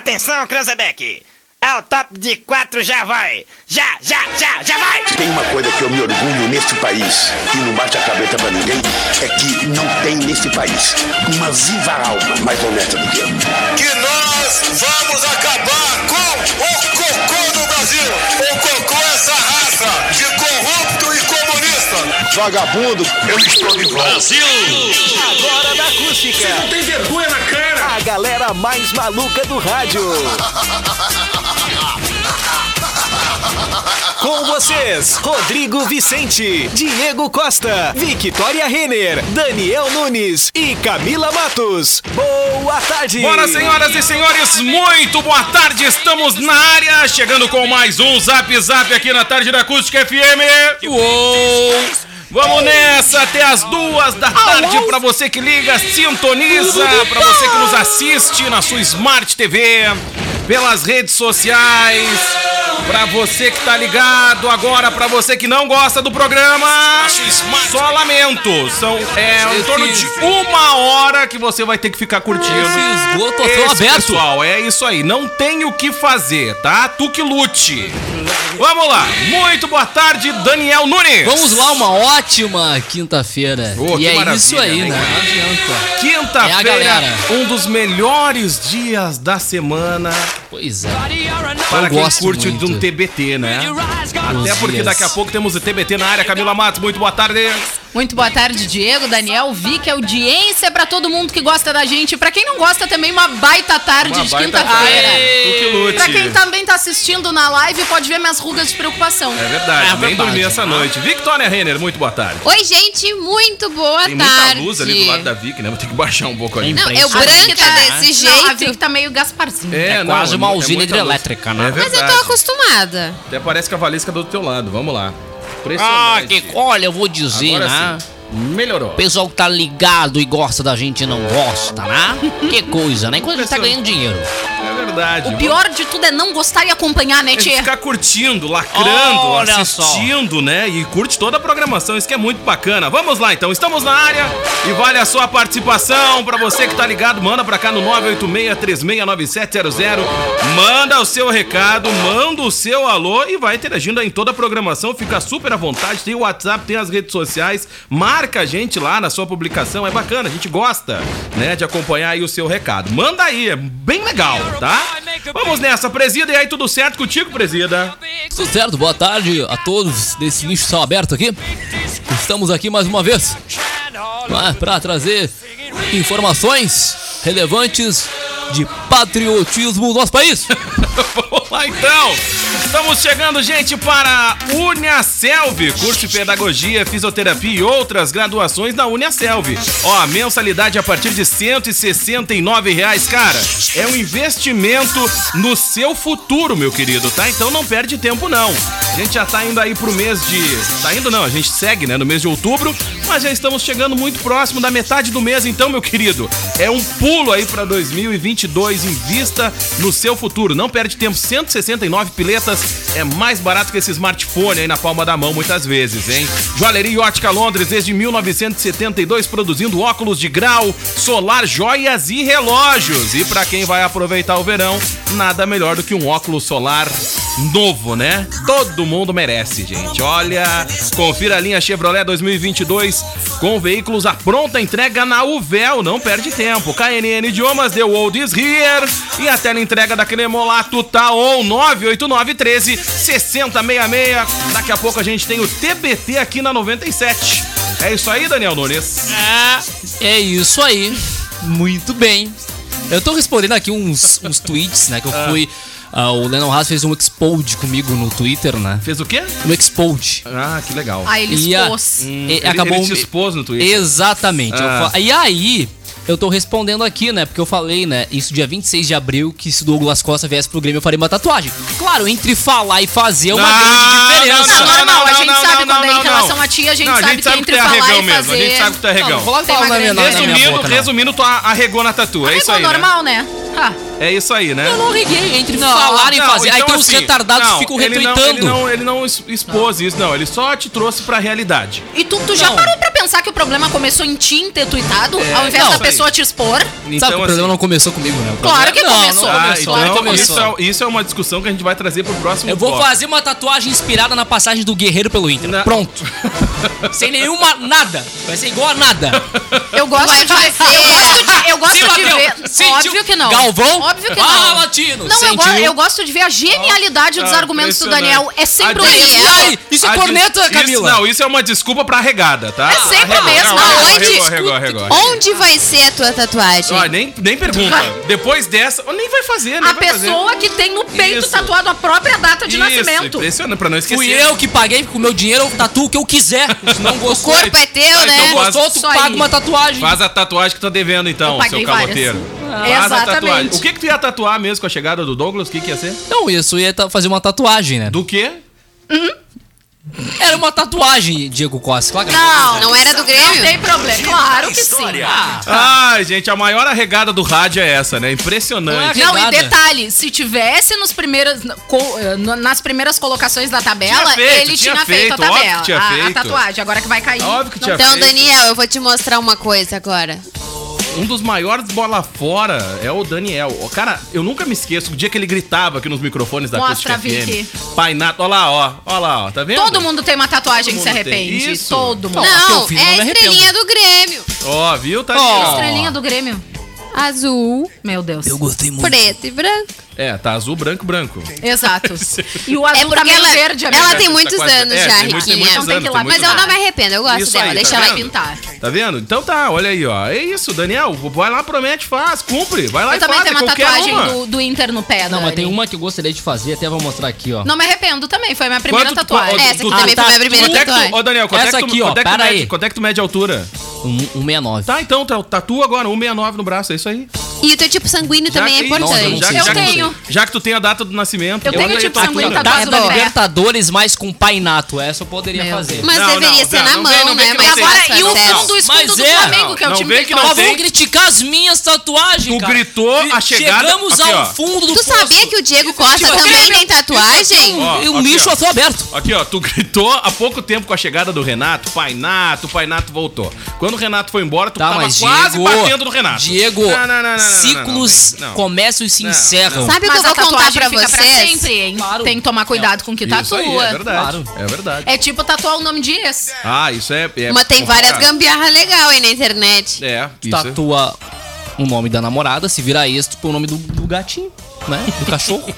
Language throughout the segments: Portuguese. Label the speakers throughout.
Speaker 1: Atenção, Cranzebeck! Ao top de quatro já vai! Já, já, já, já vai!
Speaker 2: Tem uma coisa que eu me orgulho neste país, que não bate a cabeça pra ninguém, é que não tem neste país uma viva alma mais honesta do que eu.
Speaker 3: que nós vamos acabar com o cocô no Brasil. O cocô é essa raça de corrupto e comunista.
Speaker 2: Vagabundo, eu estou de volta.
Speaker 4: Agora na acústica.
Speaker 5: Não tem vergonha na cara.
Speaker 4: A galera mais maluca do rádio. Com vocês, Rodrigo Vicente, Diego Costa, Victoria Renner, Daniel Nunes e Camila Matos. Boa tarde.
Speaker 5: Bora, senhoras e senhores, muito boa tarde. Estamos na área, chegando com mais um Zap Zap aqui na tarde da Acústica FM. Uou! Vamos nessa até as duas da tarde pra você que liga, sintoniza, pra você que nos assiste na sua Smart TV, pelas redes sociais, pra você que tá ligado agora, pra você que não gosta do programa. Só lamento, são é, em torno de uma hora que você vai ter que ficar curtindo.
Speaker 6: Esse esgoto
Speaker 5: Esse,
Speaker 6: todo aberto.
Speaker 5: Pessoal, é isso aí. Não tem o que fazer, tá? Tu que lute. Vamos lá. Muito boa tarde, Daniel Nunes.
Speaker 6: Vamos lá, uma ótima quinta-feira.
Speaker 5: Ô, que
Speaker 6: e é
Speaker 5: maravilha,
Speaker 6: isso aí,
Speaker 5: né,
Speaker 6: né?
Speaker 5: cara?
Speaker 6: Não adianta. É a
Speaker 5: Quinta-feira,
Speaker 6: galera.
Speaker 5: um dos melhores dias da semana
Speaker 6: Pois é.
Speaker 5: para quem
Speaker 6: gosto
Speaker 5: curte
Speaker 6: muito.
Speaker 5: de um TBT, né? Até
Speaker 6: Os
Speaker 5: porque
Speaker 6: dias.
Speaker 5: daqui a pouco temos o TBT na área. Camila Matos, muito boa tarde.
Speaker 7: Muito boa tarde, Diego, Daniel, Vic, audiência pra todo mundo que gosta da gente. Pra quem não gosta também, uma baita tarde
Speaker 5: Uma
Speaker 7: de
Speaker 5: baita
Speaker 7: quinta-feira.
Speaker 5: Tu que lute.
Speaker 7: Pra quem também tá assistindo na live, pode ver minhas rugas de preocupação.
Speaker 5: É verdade,
Speaker 6: É
Speaker 5: nem
Speaker 6: verdade.
Speaker 5: dormi essa noite. Victoria Renner, muito boa tarde.
Speaker 8: Oi, gente, muito boa
Speaker 5: Tem muita
Speaker 8: tarde.
Speaker 5: luz ali do lado da Vic, né? Vou ter que baixar um pouco ali.
Speaker 8: Não, eu
Speaker 7: A Vic
Speaker 8: branca
Speaker 5: tá, né?
Speaker 8: desse
Speaker 7: Não, a
Speaker 8: jeito.
Speaker 7: Vic tá meio Gasparzinho.
Speaker 6: É quase uma usina
Speaker 5: muita luz.
Speaker 6: hidrelétrica, né?
Speaker 5: É
Speaker 8: Mas
Speaker 5: verdade.
Speaker 8: eu tô acostumada.
Speaker 5: Até parece que a Valesca do teu lado. Vamos lá.
Speaker 6: Ah,
Speaker 5: Impressionante.
Speaker 6: que olha, eu vou dizer,
Speaker 5: Agora
Speaker 6: né?
Speaker 5: sim. Melhorou.
Speaker 6: O pessoal que tá ligado e gosta da gente e não gosta, né? Que coisa, né? Enquanto a gente tá ganhando dinheiro.
Speaker 5: É verdade.
Speaker 7: O pior de tudo é não gostar e acompanhar, né,
Speaker 5: É de
Speaker 7: Tchê?
Speaker 5: ficar curtindo, lacrando,
Speaker 6: Olha
Speaker 5: assistindo, né? E curte toda a programação, isso que é muito bacana. Vamos lá então, estamos na área e vale a sua participação. Pra você que tá ligado, manda pra cá no 986-369700. Manda o seu recado, manda o seu alô e vai interagindo aí em toda a programação. Fica super à vontade, tem o WhatsApp, tem as redes sociais. Marca a gente lá na sua publicação, é bacana, a gente gosta, né? De acompanhar aí o seu recado. Manda aí, é bem legal, tá? Vamos nessa, presida, e aí tudo certo contigo, presida?
Speaker 6: Tudo certo, boa tarde a todos desse lixo sal aberto aqui. Estamos aqui mais uma vez para trazer informações relevantes de patriotismo do nosso país.
Speaker 5: Vamos lá então! Estamos chegando, gente, para a UniaSelv, curso de pedagogia, fisioterapia e outras graduações na UniaSelv. Ó, a mensalidade a partir de R$ 169 reais, cara. É um investimento no seu futuro, meu querido, tá? Então não perde tempo não. A gente já tá indo aí pro mês de, tá indo não, a gente segue, né, no mês de outubro, mas já estamos chegando muito próximo da metade do mês, então, meu querido, é um pulo aí para 2022 em vista no seu futuro. Não perde tempo, 169 piletas é mais barato que esse smartphone aí na palma da mão muitas vezes, hein? Joalheria e Ótica Londres desde 1972 produzindo óculos de grau, solar, joias e relógios. E para quem vai aproveitar o verão, nada melhor do que um óculos solar novo, né? Todo mundo merece, gente. Olha, confira a linha Chevrolet 2022 com veículos à pronta entrega na Uvel. Não perde tempo. KNN Idiomas, The World is Here. E a tela entrega da Cremolato tá on 98913 6066. Daqui a pouco a gente tem o TBT aqui na 97. É isso aí, Daniel Nunes.
Speaker 6: É isso aí. Muito bem. Eu tô respondendo aqui uns, uns tweets, né? Que eu fui. ah, o Lennon Haas fez um explode comigo no Twitter, né?
Speaker 5: Fez o quê?
Speaker 6: Um explode.
Speaker 5: Ah, que legal.
Speaker 7: Ah, ele
Speaker 6: E a-
Speaker 7: expôs.
Speaker 6: e-
Speaker 5: Ele-
Speaker 6: acabou um
Speaker 5: ele te expôs no Twitter.
Speaker 6: Exatamente. eu
Speaker 5: Ah.
Speaker 6: fa- E aí, eu tô respondendo aqui, né? Porque eu falei, né? Isso dia 26 de abril, que se o Douglas Costa viesse pro Grêmio, eu faria uma tatuagem. Claro, entre falar e fazer é uma
Speaker 5: Não,
Speaker 6: grande diferença.
Speaker 5: Não,
Speaker 7: Não,
Speaker 5: não,
Speaker 7: normal, a
Speaker 5: não,
Speaker 7: gente
Speaker 5: não,
Speaker 7: sabe
Speaker 5: não,
Speaker 7: quando é
Speaker 5: não,
Speaker 7: em relação
Speaker 5: não.
Speaker 7: a ti, a gente
Speaker 5: Não, a
Speaker 7: sabe
Speaker 5: gente sabe que
Speaker 7: que entre
Speaker 5: tu é
Speaker 7: falar
Speaker 5: arregão
Speaker 7: e
Speaker 5: mesmo, a
Speaker 7: fazer...
Speaker 5: gente sabe que tu é arregão.
Speaker 6: vou
Speaker 7: Tem uma
Speaker 6: falar na minha-
Speaker 7: grande
Speaker 6: na minha
Speaker 5: Resumindo,
Speaker 6: boca, não.
Speaker 5: resumindo, tu a- arregou na tatu. É isso aí.
Speaker 7: Arregou
Speaker 5: né?
Speaker 7: normal, né? Ah,
Speaker 5: É isso aí, né?
Speaker 6: Eu não riguei entre
Speaker 7: Não,
Speaker 6: falar e
Speaker 5: Não,
Speaker 6: fazer. aí
Speaker 5: então
Speaker 6: tem uns
Speaker 5: assim,
Speaker 6: retardados
Speaker 5: não,
Speaker 6: que ficam
Speaker 5: ele não-
Speaker 6: retweetando.
Speaker 5: Ele não, ele não es- expôs isso, não. Ele só te trouxe pra realidade.
Speaker 7: e tu, tu já
Speaker 6: Não.
Speaker 7: parou pra pensar que o problema começou em ti em ter tuitado,
Speaker 5: É,
Speaker 7: ao invés
Speaker 5: não,
Speaker 7: da
Speaker 5: isso aí.
Speaker 7: pessoa te expor?
Speaker 6: Sabe que o problema não começou comigo, né? O
Speaker 7: Claro
Speaker 6: problema-
Speaker 7: que
Speaker 6: não,
Speaker 7: começou.
Speaker 6: Não
Speaker 5: Então, assim, Ah,
Speaker 6: começou,
Speaker 5: então
Speaker 6: não começou.
Speaker 5: Isso, é, isso é uma discussão que a gente vai trazer pro próximo
Speaker 6: Eu vou
Speaker 5: bloco.
Speaker 6: fazer uma tatuagem inspirada na passagem do Guerreiro pelo Inter.
Speaker 5: Na-
Speaker 6: Pronto. Sem nenhuma nada. Vai ser igual a nada.
Speaker 7: Eu gosto de ver. Eu gosto de, eu gosto
Speaker 6: Se
Speaker 7: de
Speaker 6: bateu.
Speaker 7: ver.
Speaker 6: Sentiu.
Speaker 7: Óbvio que não.
Speaker 6: Galvão?
Speaker 7: Óbvio que não.
Speaker 6: Ah, latino.
Speaker 7: Não, eu,
Speaker 6: Sentiu.
Speaker 7: go- eu gosto de ver a genialidade dos
Speaker 5: Ah,
Speaker 7: argumentos do
Speaker 5: impressionante.
Speaker 7: Daniel. É sempre o
Speaker 5: Ah,
Speaker 7: mesmo.
Speaker 6: Isso aí, isso é
Speaker 5: A dis-
Speaker 6: corneta,
Speaker 5: isso-
Speaker 6: Camila.
Speaker 5: não, isso é uma desculpa pra regada, tá?
Speaker 7: É sempre a mesma.
Speaker 9: Aonde-
Speaker 5: Aonde? Regou, regou, regou.
Speaker 9: Onde vai ser a tua tatuagem?
Speaker 5: Ó, nem, nem pergunta. Depois dessa, ó, nem vai fazer, né?
Speaker 7: A pessoa que tem no peito
Speaker 5: Isso.
Speaker 7: tatuado a própria data de nascimento.
Speaker 5: Impressionante, pra não esquecer.
Speaker 6: Fui eu que paguei com o meu dinheiro, eu tatuo o que eu quiser. Se não gostou,
Speaker 9: corpo é teu,
Speaker 5: Ah,
Speaker 9: né?
Speaker 5: então faz-
Speaker 6: gostou, um tu
Speaker 7: Isso aí.
Speaker 6: paga uma tatuagem.
Speaker 5: Faz a tatuagem que tá devendo, então,
Speaker 7: Eu paguei
Speaker 5: seu cavoteiro.
Speaker 7: várias.
Speaker 5: Faz a
Speaker 7: Exatamente.
Speaker 5: tatuagem. O que que tu ia tatuar mesmo com a chegada do Douglas? O que que ia ser?
Speaker 6: Não, isso ia ta- fazer uma tatuagem, né?
Speaker 5: Do quê?
Speaker 6: Era uma tatuagem, Diego Costa. Claro que
Speaker 9: Não, não era do
Speaker 7: Não
Speaker 9: Grêmio?
Speaker 7: tem problema. Claro que sim.
Speaker 5: Ah, Ai, gente, a maior arregada do rádio é essa, né? Impressionante.
Speaker 7: Não, e
Speaker 6: Nada.
Speaker 7: detalhe, se tivesse nos primeiros, co- eh, no- nas primeiras colocações da tabela,
Speaker 5: Tinha feito,
Speaker 7: ele
Speaker 5: tinha
Speaker 7: tinha, feito, a
Speaker 5: feito, óbvio que
Speaker 7: tabela, Ah,
Speaker 5: tinha
Speaker 7: a- a,
Speaker 5: feito.
Speaker 7: tatuagem. Agora que vai cair.
Speaker 5: Óbvio que tinha
Speaker 9: Então,
Speaker 5: feito.
Speaker 9: Daniel, eu vou te mostrar uma coisa agora.
Speaker 5: Um dos maiores bola fora é o Daniel. Ó, Cara, eu nunca me esqueço do dia que ele gritava aqui nos microfones da
Speaker 7: Mostra,
Speaker 5: Acústica
Speaker 7: Vicky.
Speaker 5: FM. Pai Nato, ó lá, ó. Ó lá, ó. Tá vendo?
Speaker 7: Todo mundo tem uma tatuagem
Speaker 5: Todo
Speaker 7: que se
Speaker 5: mundo tem.
Speaker 7: arrepende.
Speaker 5: Isso.
Speaker 7: Todo mundo.
Speaker 6: até
Speaker 9: Não,
Speaker 6: o fim, não
Speaker 9: é
Speaker 6: me
Speaker 9: a
Speaker 6: arrependo.
Speaker 9: estrelinha do Grêmio.
Speaker 5: Ó, viu? Tá
Speaker 6: Ó.
Speaker 5: ali, ó.
Speaker 7: Estrelinha do Grêmio.
Speaker 9: Azul,
Speaker 7: Meu Deus.
Speaker 6: gostei
Speaker 9: preto e branco.
Speaker 5: É, tá azul, branco, branco.
Speaker 7: Exato. E o azul
Speaker 9: É porque
Speaker 7: tá meio
Speaker 9: ela-
Speaker 7: verde, amiga.
Speaker 9: ela tem muitos
Speaker 5: quase-
Speaker 9: anos
Speaker 5: é,
Speaker 9: já,
Speaker 5: tem muito- tem
Speaker 9: Riquinha.
Speaker 5: muitos
Speaker 7: Então tem que
Speaker 5: anos,
Speaker 7: ir
Speaker 5: tem
Speaker 7: lá
Speaker 9: Mas
Speaker 5: muitos
Speaker 9: eu
Speaker 5: anos.
Speaker 9: não me arrependo, eu gosto
Speaker 5: Isso
Speaker 9: dela,
Speaker 5: aí,
Speaker 9: deixa
Speaker 5: tá
Speaker 9: ela
Speaker 5: vendo?
Speaker 9: pintar.
Speaker 5: Tá vendo? Então tá, olha aí, ó. É isso, Daniel. Vai lá, promete, faz, cumpre. Vai lá
Speaker 7: Eu
Speaker 5: e
Speaker 7: também
Speaker 5: faz. É
Speaker 7: tenho uma
Speaker 5: qualquer
Speaker 7: tatuagem
Speaker 5: uma.
Speaker 7: do, do Inter no pé,
Speaker 6: Não,
Speaker 7: Dani.
Speaker 6: mas tem uma que eu gostaria de fazer, até vou mostrar aqui, ó.
Speaker 7: Não me arrependo também, foi a minha primeira
Speaker 5: Quanto tu- ó,
Speaker 7: tatuagem. É,
Speaker 9: Essa aqui também foi minha primeira
Speaker 5: Quanto é que tu,
Speaker 9: tatuagem.
Speaker 5: ó, Daniel, quanto
Speaker 6: Essa
Speaker 5: é que tu,
Speaker 6: aqui, ó,
Speaker 5: quanto é que tu
Speaker 6: pera
Speaker 5: mede,
Speaker 6: aí.
Speaker 5: quanto é que tu mede a altura?
Speaker 6: Um, 169.
Speaker 5: Tá, então, tá- tatua agora, 169 no braço, é isso aí.
Speaker 9: E o teu tipo sanguíneo também é
Speaker 5: que-
Speaker 9: importante.
Speaker 5: Já,
Speaker 6: sei,
Speaker 5: já,
Speaker 7: Eu
Speaker 5: que-
Speaker 7: tenho.
Speaker 5: já que tu tem a data do nascimento.
Speaker 7: Eu tenho
Speaker 5: olha aí,
Speaker 7: tipo
Speaker 5: tatua.
Speaker 7: sanguíneo
Speaker 6: Data
Speaker 7: tatuado
Speaker 6: da
Speaker 7: no pé.
Speaker 6: Libertadores mais com Pai Nato. Essa eu poderia
Speaker 7: Meu
Speaker 6: fazer.
Speaker 9: Mas
Speaker 5: Não,
Speaker 9: deveria
Speaker 5: não,
Speaker 9: ser
Speaker 5: não,
Speaker 9: na
Speaker 5: não
Speaker 9: mão,
Speaker 5: vem, não vem
Speaker 9: né?
Speaker 5: que
Speaker 9: Mais
Speaker 5: não tem.
Speaker 7: Agora,
Speaker 9: fácil
Speaker 7: e o
Speaker 9: acesso.
Speaker 7: fundo do escudo
Speaker 6: Mas
Speaker 7: do
Speaker 6: é.
Speaker 7: Flamengo, que é o
Speaker 5: Não,
Speaker 7: time
Speaker 5: vem
Speaker 7: que
Speaker 5: que não
Speaker 6: Mas
Speaker 5: tem.
Speaker 6: vão criticar as minhas tatuagens,
Speaker 5: Tu
Speaker 6: cara.
Speaker 5: gritou a chegada-
Speaker 6: Chegamos
Speaker 5: aqui,
Speaker 6: ao
Speaker 5: ó.
Speaker 6: fundo do
Speaker 9: Tu sabia
Speaker 6: poço.
Speaker 9: que o Diego Costa
Speaker 6: Tipo,
Speaker 9: também
Speaker 6: Grêmio,
Speaker 9: tem
Speaker 7: um-
Speaker 9: tatuagem?
Speaker 5: Ó,
Speaker 6: E o
Speaker 5: aqui,
Speaker 6: lixo
Speaker 5: ó.
Speaker 6: a céu aberto.
Speaker 5: Aqui, ó, tu gritou há pouco tempo com a chegada do Renato, Pai Nato, Pai Nato voltou. Quando o Renato foi embora, tu
Speaker 6: Tá,
Speaker 5: tava
Speaker 6: mas
Speaker 5: quase
Speaker 6: Diego,
Speaker 5: batendo no Renato.
Speaker 6: Diego,
Speaker 5: Não, não, não, não, não, não,
Speaker 6: ciclos
Speaker 5: não, não, não.
Speaker 6: começam e se
Speaker 5: Não,
Speaker 6: encerram.
Speaker 9: Sabe o que
Speaker 7: Mas
Speaker 9: eu vou
Speaker 7: a
Speaker 9: contar
Speaker 7: tatuagem
Speaker 9: pra
Speaker 7: fica pra
Speaker 9: vocês?
Speaker 7: sempre, hein?
Speaker 6: Claro.
Speaker 7: Tem que tomar cuidado com o que
Speaker 5: Isso
Speaker 7: tatua.
Speaker 5: aí, é verdade.
Speaker 6: Claro.
Speaker 5: É verdade.
Speaker 7: É tipo tatuar o nome de ex.
Speaker 5: Ah, isso é. é
Speaker 9: Mas tem várias
Speaker 5: complicado.
Speaker 9: gambiarras legal aí na internet.
Speaker 5: É, isso. é-
Speaker 6: Tatua tá o nome da namorada, se virar isso, tipo o nome do, do gatinho, né? Do cachorro.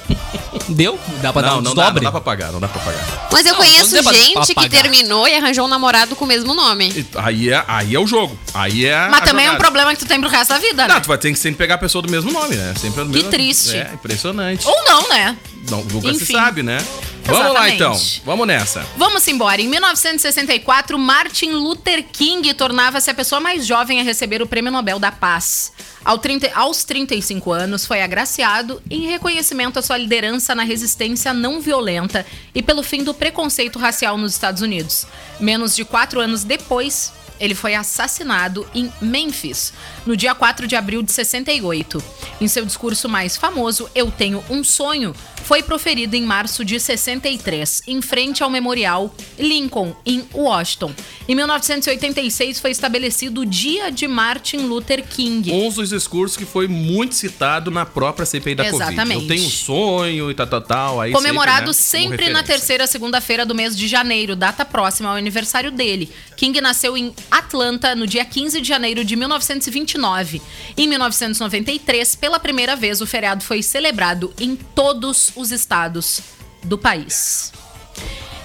Speaker 6: Deu? Dá pra dar
Speaker 5: Não,
Speaker 6: um
Speaker 5: não dá, não
Speaker 6: desdobre?
Speaker 5: dá pra pagar, não dá pra pagar.
Speaker 9: Mas eu
Speaker 6: Não,
Speaker 9: conheço
Speaker 6: não dá pra
Speaker 9: gente que
Speaker 6: apagar.
Speaker 9: terminou e arranjou um namorado com o mesmo nome.
Speaker 5: E Aí é, aí é o jogo. Aí é.
Speaker 7: Mas
Speaker 5: a
Speaker 7: também é um
Speaker 5: jogada.
Speaker 7: problema que tu tem pro resto da vida,
Speaker 5: Não,
Speaker 7: né?
Speaker 5: tu vai ter que sempre pegar a pessoa do mesmo nome, né? Sempre é do
Speaker 7: Que
Speaker 5: mesmo-
Speaker 7: triste.
Speaker 5: É, impressionante.
Speaker 7: Ou não, né?
Speaker 5: Não, nunca se
Speaker 7: Enfim.
Speaker 5: sabe, né? Vamos lá
Speaker 7: Exatamente.
Speaker 5: então, vamos nessa.
Speaker 7: Vamos embora. Em 1964, Martin Luther King tornava-se a pessoa mais jovem a receber o Prêmio Nobel da Paz. Ao 30 aos 35 anos, foi agraciado em reconhecimento à sua liderança na resistência não violenta e pelo fim do preconceito racial nos Estados Unidos. Menos de quatro anos depois, ele foi assassinado em Memphis, no dia 4 de abril de 68. Em seu discurso mais famoso, Eu Tenho um Sonho, foi proferido em março de 63, em frente ao Memorial Lincoln, em Washington. Em 1986, foi estabelecido o Dia de Martin Luther King.
Speaker 5: Um dos discursos que foi muito citado na própria CPI da Covid.
Speaker 7: Exatamente.
Speaker 5: Eu tenho um sonho e tal, tal, tal. Aí
Speaker 7: Comemorado
Speaker 5: né, como
Speaker 7: sempre na
Speaker 5: referência.
Speaker 7: terceira segunda-feira do mês de janeiro, data próxima ao aniversário dele. King nasceu em Atlanta no dia 15 de janeiro de 1929. Em 1993, pela primeira vez, o feriado foi celebrado em todos os estados do país.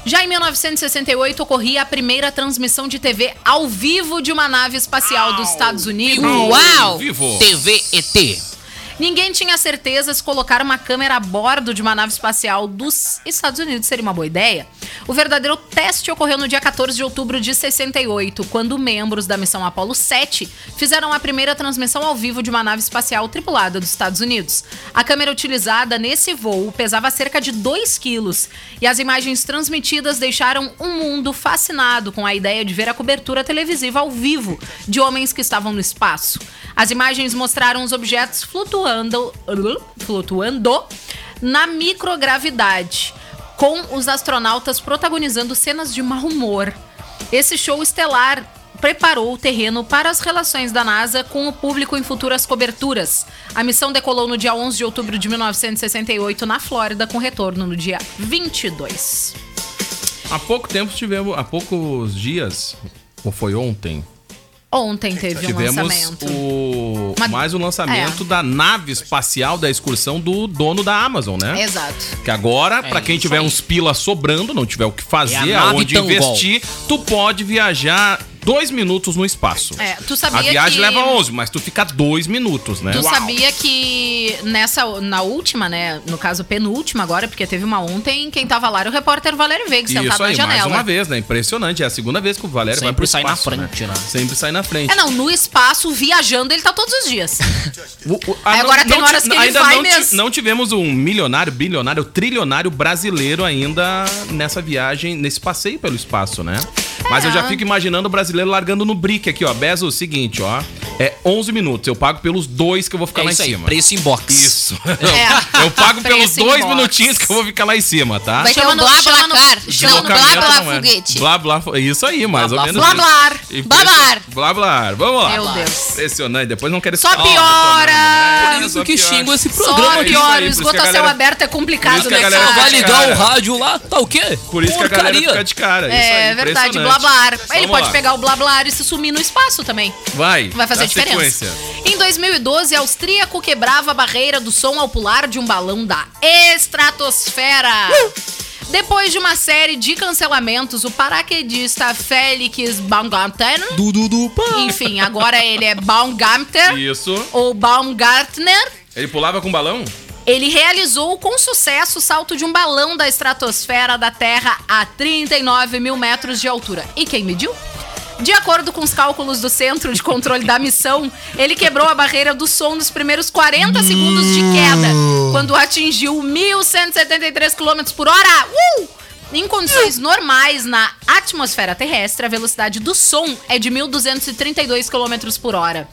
Speaker 7: Já em 1968 ocorria a primeira transmissão de TV ao vivo de uma nave espacial dos Estados Unidos.
Speaker 6: Uau!
Speaker 5: Vivo.
Speaker 6: TV ET.
Speaker 7: Ninguém tinha certeza se colocar uma câmera a bordo de uma nave espacial dos Estados Unidos seria uma boa ideia. O verdadeiro teste ocorreu no dia 14 de outubro de 68, quando membros da missão Apollo 7 fizeram a primeira transmissão ao vivo de uma nave espacial tripulada dos Estados Unidos. A câmera utilizada nesse voo pesava cerca de 2 quilos e as imagens transmitidas deixaram um mundo fascinado com a ideia de ver a cobertura televisiva ao vivo de homens que estavam no espaço. As imagens mostraram os objetos flutuando, uh, flutuando na microgravidade, com os astronautas protagonizando cenas de mau humor. Esse show estelar preparou o terreno para as relações da NASA com o público em futuras coberturas. A missão decolou no dia 11 de outubro de 1968 na Flórida, com retorno no dia 22.
Speaker 5: Há pouco tempo tivemos, há poucos dias, ou foi ontem,
Speaker 7: Ontem teve um
Speaker 5: tivemos
Speaker 7: lançamento.
Speaker 5: o,
Speaker 7: Uma- É.
Speaker 5: mais um lançamento da nave espacial da excursão do dono da Amazon, né?
Speaker 7: Exato.
Speaker 5: Que agora, pra quem
Speaker 10: É isso
Speaker 5: tiver
Speaker 10: aí.
Speaker 5: uns pila sobrando, não tiver o que fazer,
Speaker 10: É a nave
Speaker 5: aonde
Speaker 10: Tangol.
Speaker 5: investir, tu pode viajar dois minutos no espaço.
Speaker 7: É, tu sabia
Speaker 5: A viagem
Speaker 7: que-
Speaker 5: leva 11, mas tu fica dois minutos, né?
Speaker 7: Tu
Speaker 5: Uau.
Speaker 7: sabia que nessa, na última, né? No caso, penúltima agora, porque teve uma ontem, quem tava lá era o repórter Valério Veiga, sentado
Speaker 5: Isso aí,
Speaker 7: na janela.
Speaker 5: mais uma vez, né? Impressionante. É a segunda vez que o Valério vai
Speaker 10: Sempre
Speaker 5: pro
Speaker 10: sai na
Speaker 5: espaço,
Speaker 10: frente, né?
Speaker 5: Sempre sai na frente.
Speaker 7: É, não, no espaço, viajando, ele tá todos os dias.
Speaker 5: O- o- ah,
Speaker 7: Agora tem
Speaker 5: ti-
Speaker 7: horas que ele vai
Speaker 5: não, ti-
Speaker 7: mesmo.
Speaker 5: não tivemos um milionário, bilionário, trilionário brasileiro ainda nessa viagem, nesse passeio pelo espaço, né? Mas eu
Speaker 7: É.
Speaker 5: já fico imaginando o brasileiro largando no brick aqui, ó. Bezo, o seguinte, ó. É 11 minutos. Eu pago pelos dois que eu vou ficar
Speaker 10: É
Speaker 5: lá
Speaker 10: isso
Speaker 5: em
Speaker 10: aí,
Speaker 5: cima.
Speaker 10: preço inbox.
Speaker 5: Isso.
Speaker 7: É.
Speaker 5: Eu pago pelos
Speaker 7: Preço em
Speaker 5: dois
Speaker 7: box.
Speaker 5: minutinhos que eu vou ficar lá em cima, tá?
Speaker 9: Vai ter
Speaker 7: Chama
Speaker 9: um
Speaker 7: no-
Speaker 9: blá
Speaker 7: chama
Speaker 9: blá
Speaker 7: no-
Speaker 9: car. Chama no blá
Speaker 5: Deslocamento
Speaker 9: blá
Speaker 5: não é.
Speaker 9: foguete.
Speaker 5: Blá blá. Isso aí, mais
Speaker 10: Blá,
Speaker 5: ou
Speaker 10: blá,
Speaker 5: menos.
Speaker 7: blá,
Speaker 5: isso.
Speaker 7: blar.
Speaker 5: E
Speaker 9: Blá,
Speaker 5: preço-
Speaker 9: blar.
Speaker 5: Blá blar. Vamos lá.
Speaker 7: Meu Deus.
Speaker 5: Impressionante. Depois não quero
Speaker 7: Só
Speaker 5: ficar-
Speaker 6: É
Speaker 7: piora!
Speaker 10: Por isso
Speaker 5: né? Só
Speaker 10: que
Speaker 5: piora.
Speaker 10: xingo esse
Speaker 7: Só
Speaker 10: programa aqui.
Speaker 5: isso
Speaker 7: pior,
Speaker 5: aí,
Speaker 7: o
Speaker 5: por isso que
Speaker 7: esgoto
Speaker 5: a
Speaker 7: a céu
Speaker 5: galera-
Speaker 7: aberto é
Speaker 5: por
Speaker 7: complicado,
Speaker 5: isso que a
Speaker 7: né,
Speaker 5: galera
Speaker 7: cara?
Speaker 10: Vai ligar
Speaker 5: Cara.
Speaker 10: o rádio lá, tá o quê?
Speaker 5: Por isso que a galera fica de cara. isso aí,
Speaker 7: É verdade,
Speaker 5: impressionante.
Speaker 7: blablar. Ele
Speaker 5: Vamos
Speaker 7: pode
Speaker 5: lá.
Speaker 7: pegar o blablar e se sumir no espaço também.
Speaker 5: Vai.
Speaker 7: Vai fazer
Speaker 5: dá
Speaker 7: diferença.
Speaker 5: sequência.
Speaker 7: Em 2012, austríaco quebrava a barreira do som ao pular de um balão da estratosfera. Depois de uma série de cancelamentos, o paraquedista Felix Baumgartner,
Speaker 10: Dududu, pá.
Speaker 7: enfim, agora ele é Baumgartner
Speaker 5: Isso.
Speaker 7: ou Baumgartner,
Speaker 5: Ele pulava com balão?
Speaker 7: ele realizou com sucesso o salto de um balão da estratosfera da Terra a 39 mil metros de altura. E quem mediu? De acordo com os cálculos do Centro de Controle da Missão, ele quebrou a barreira do som nos primeiros 40 segundos de queda, quando atingiu 1.173 km por hora. Uh! Em condições normais na atmosfera terrestre, a velocidade do som é de 1.232 km por hora.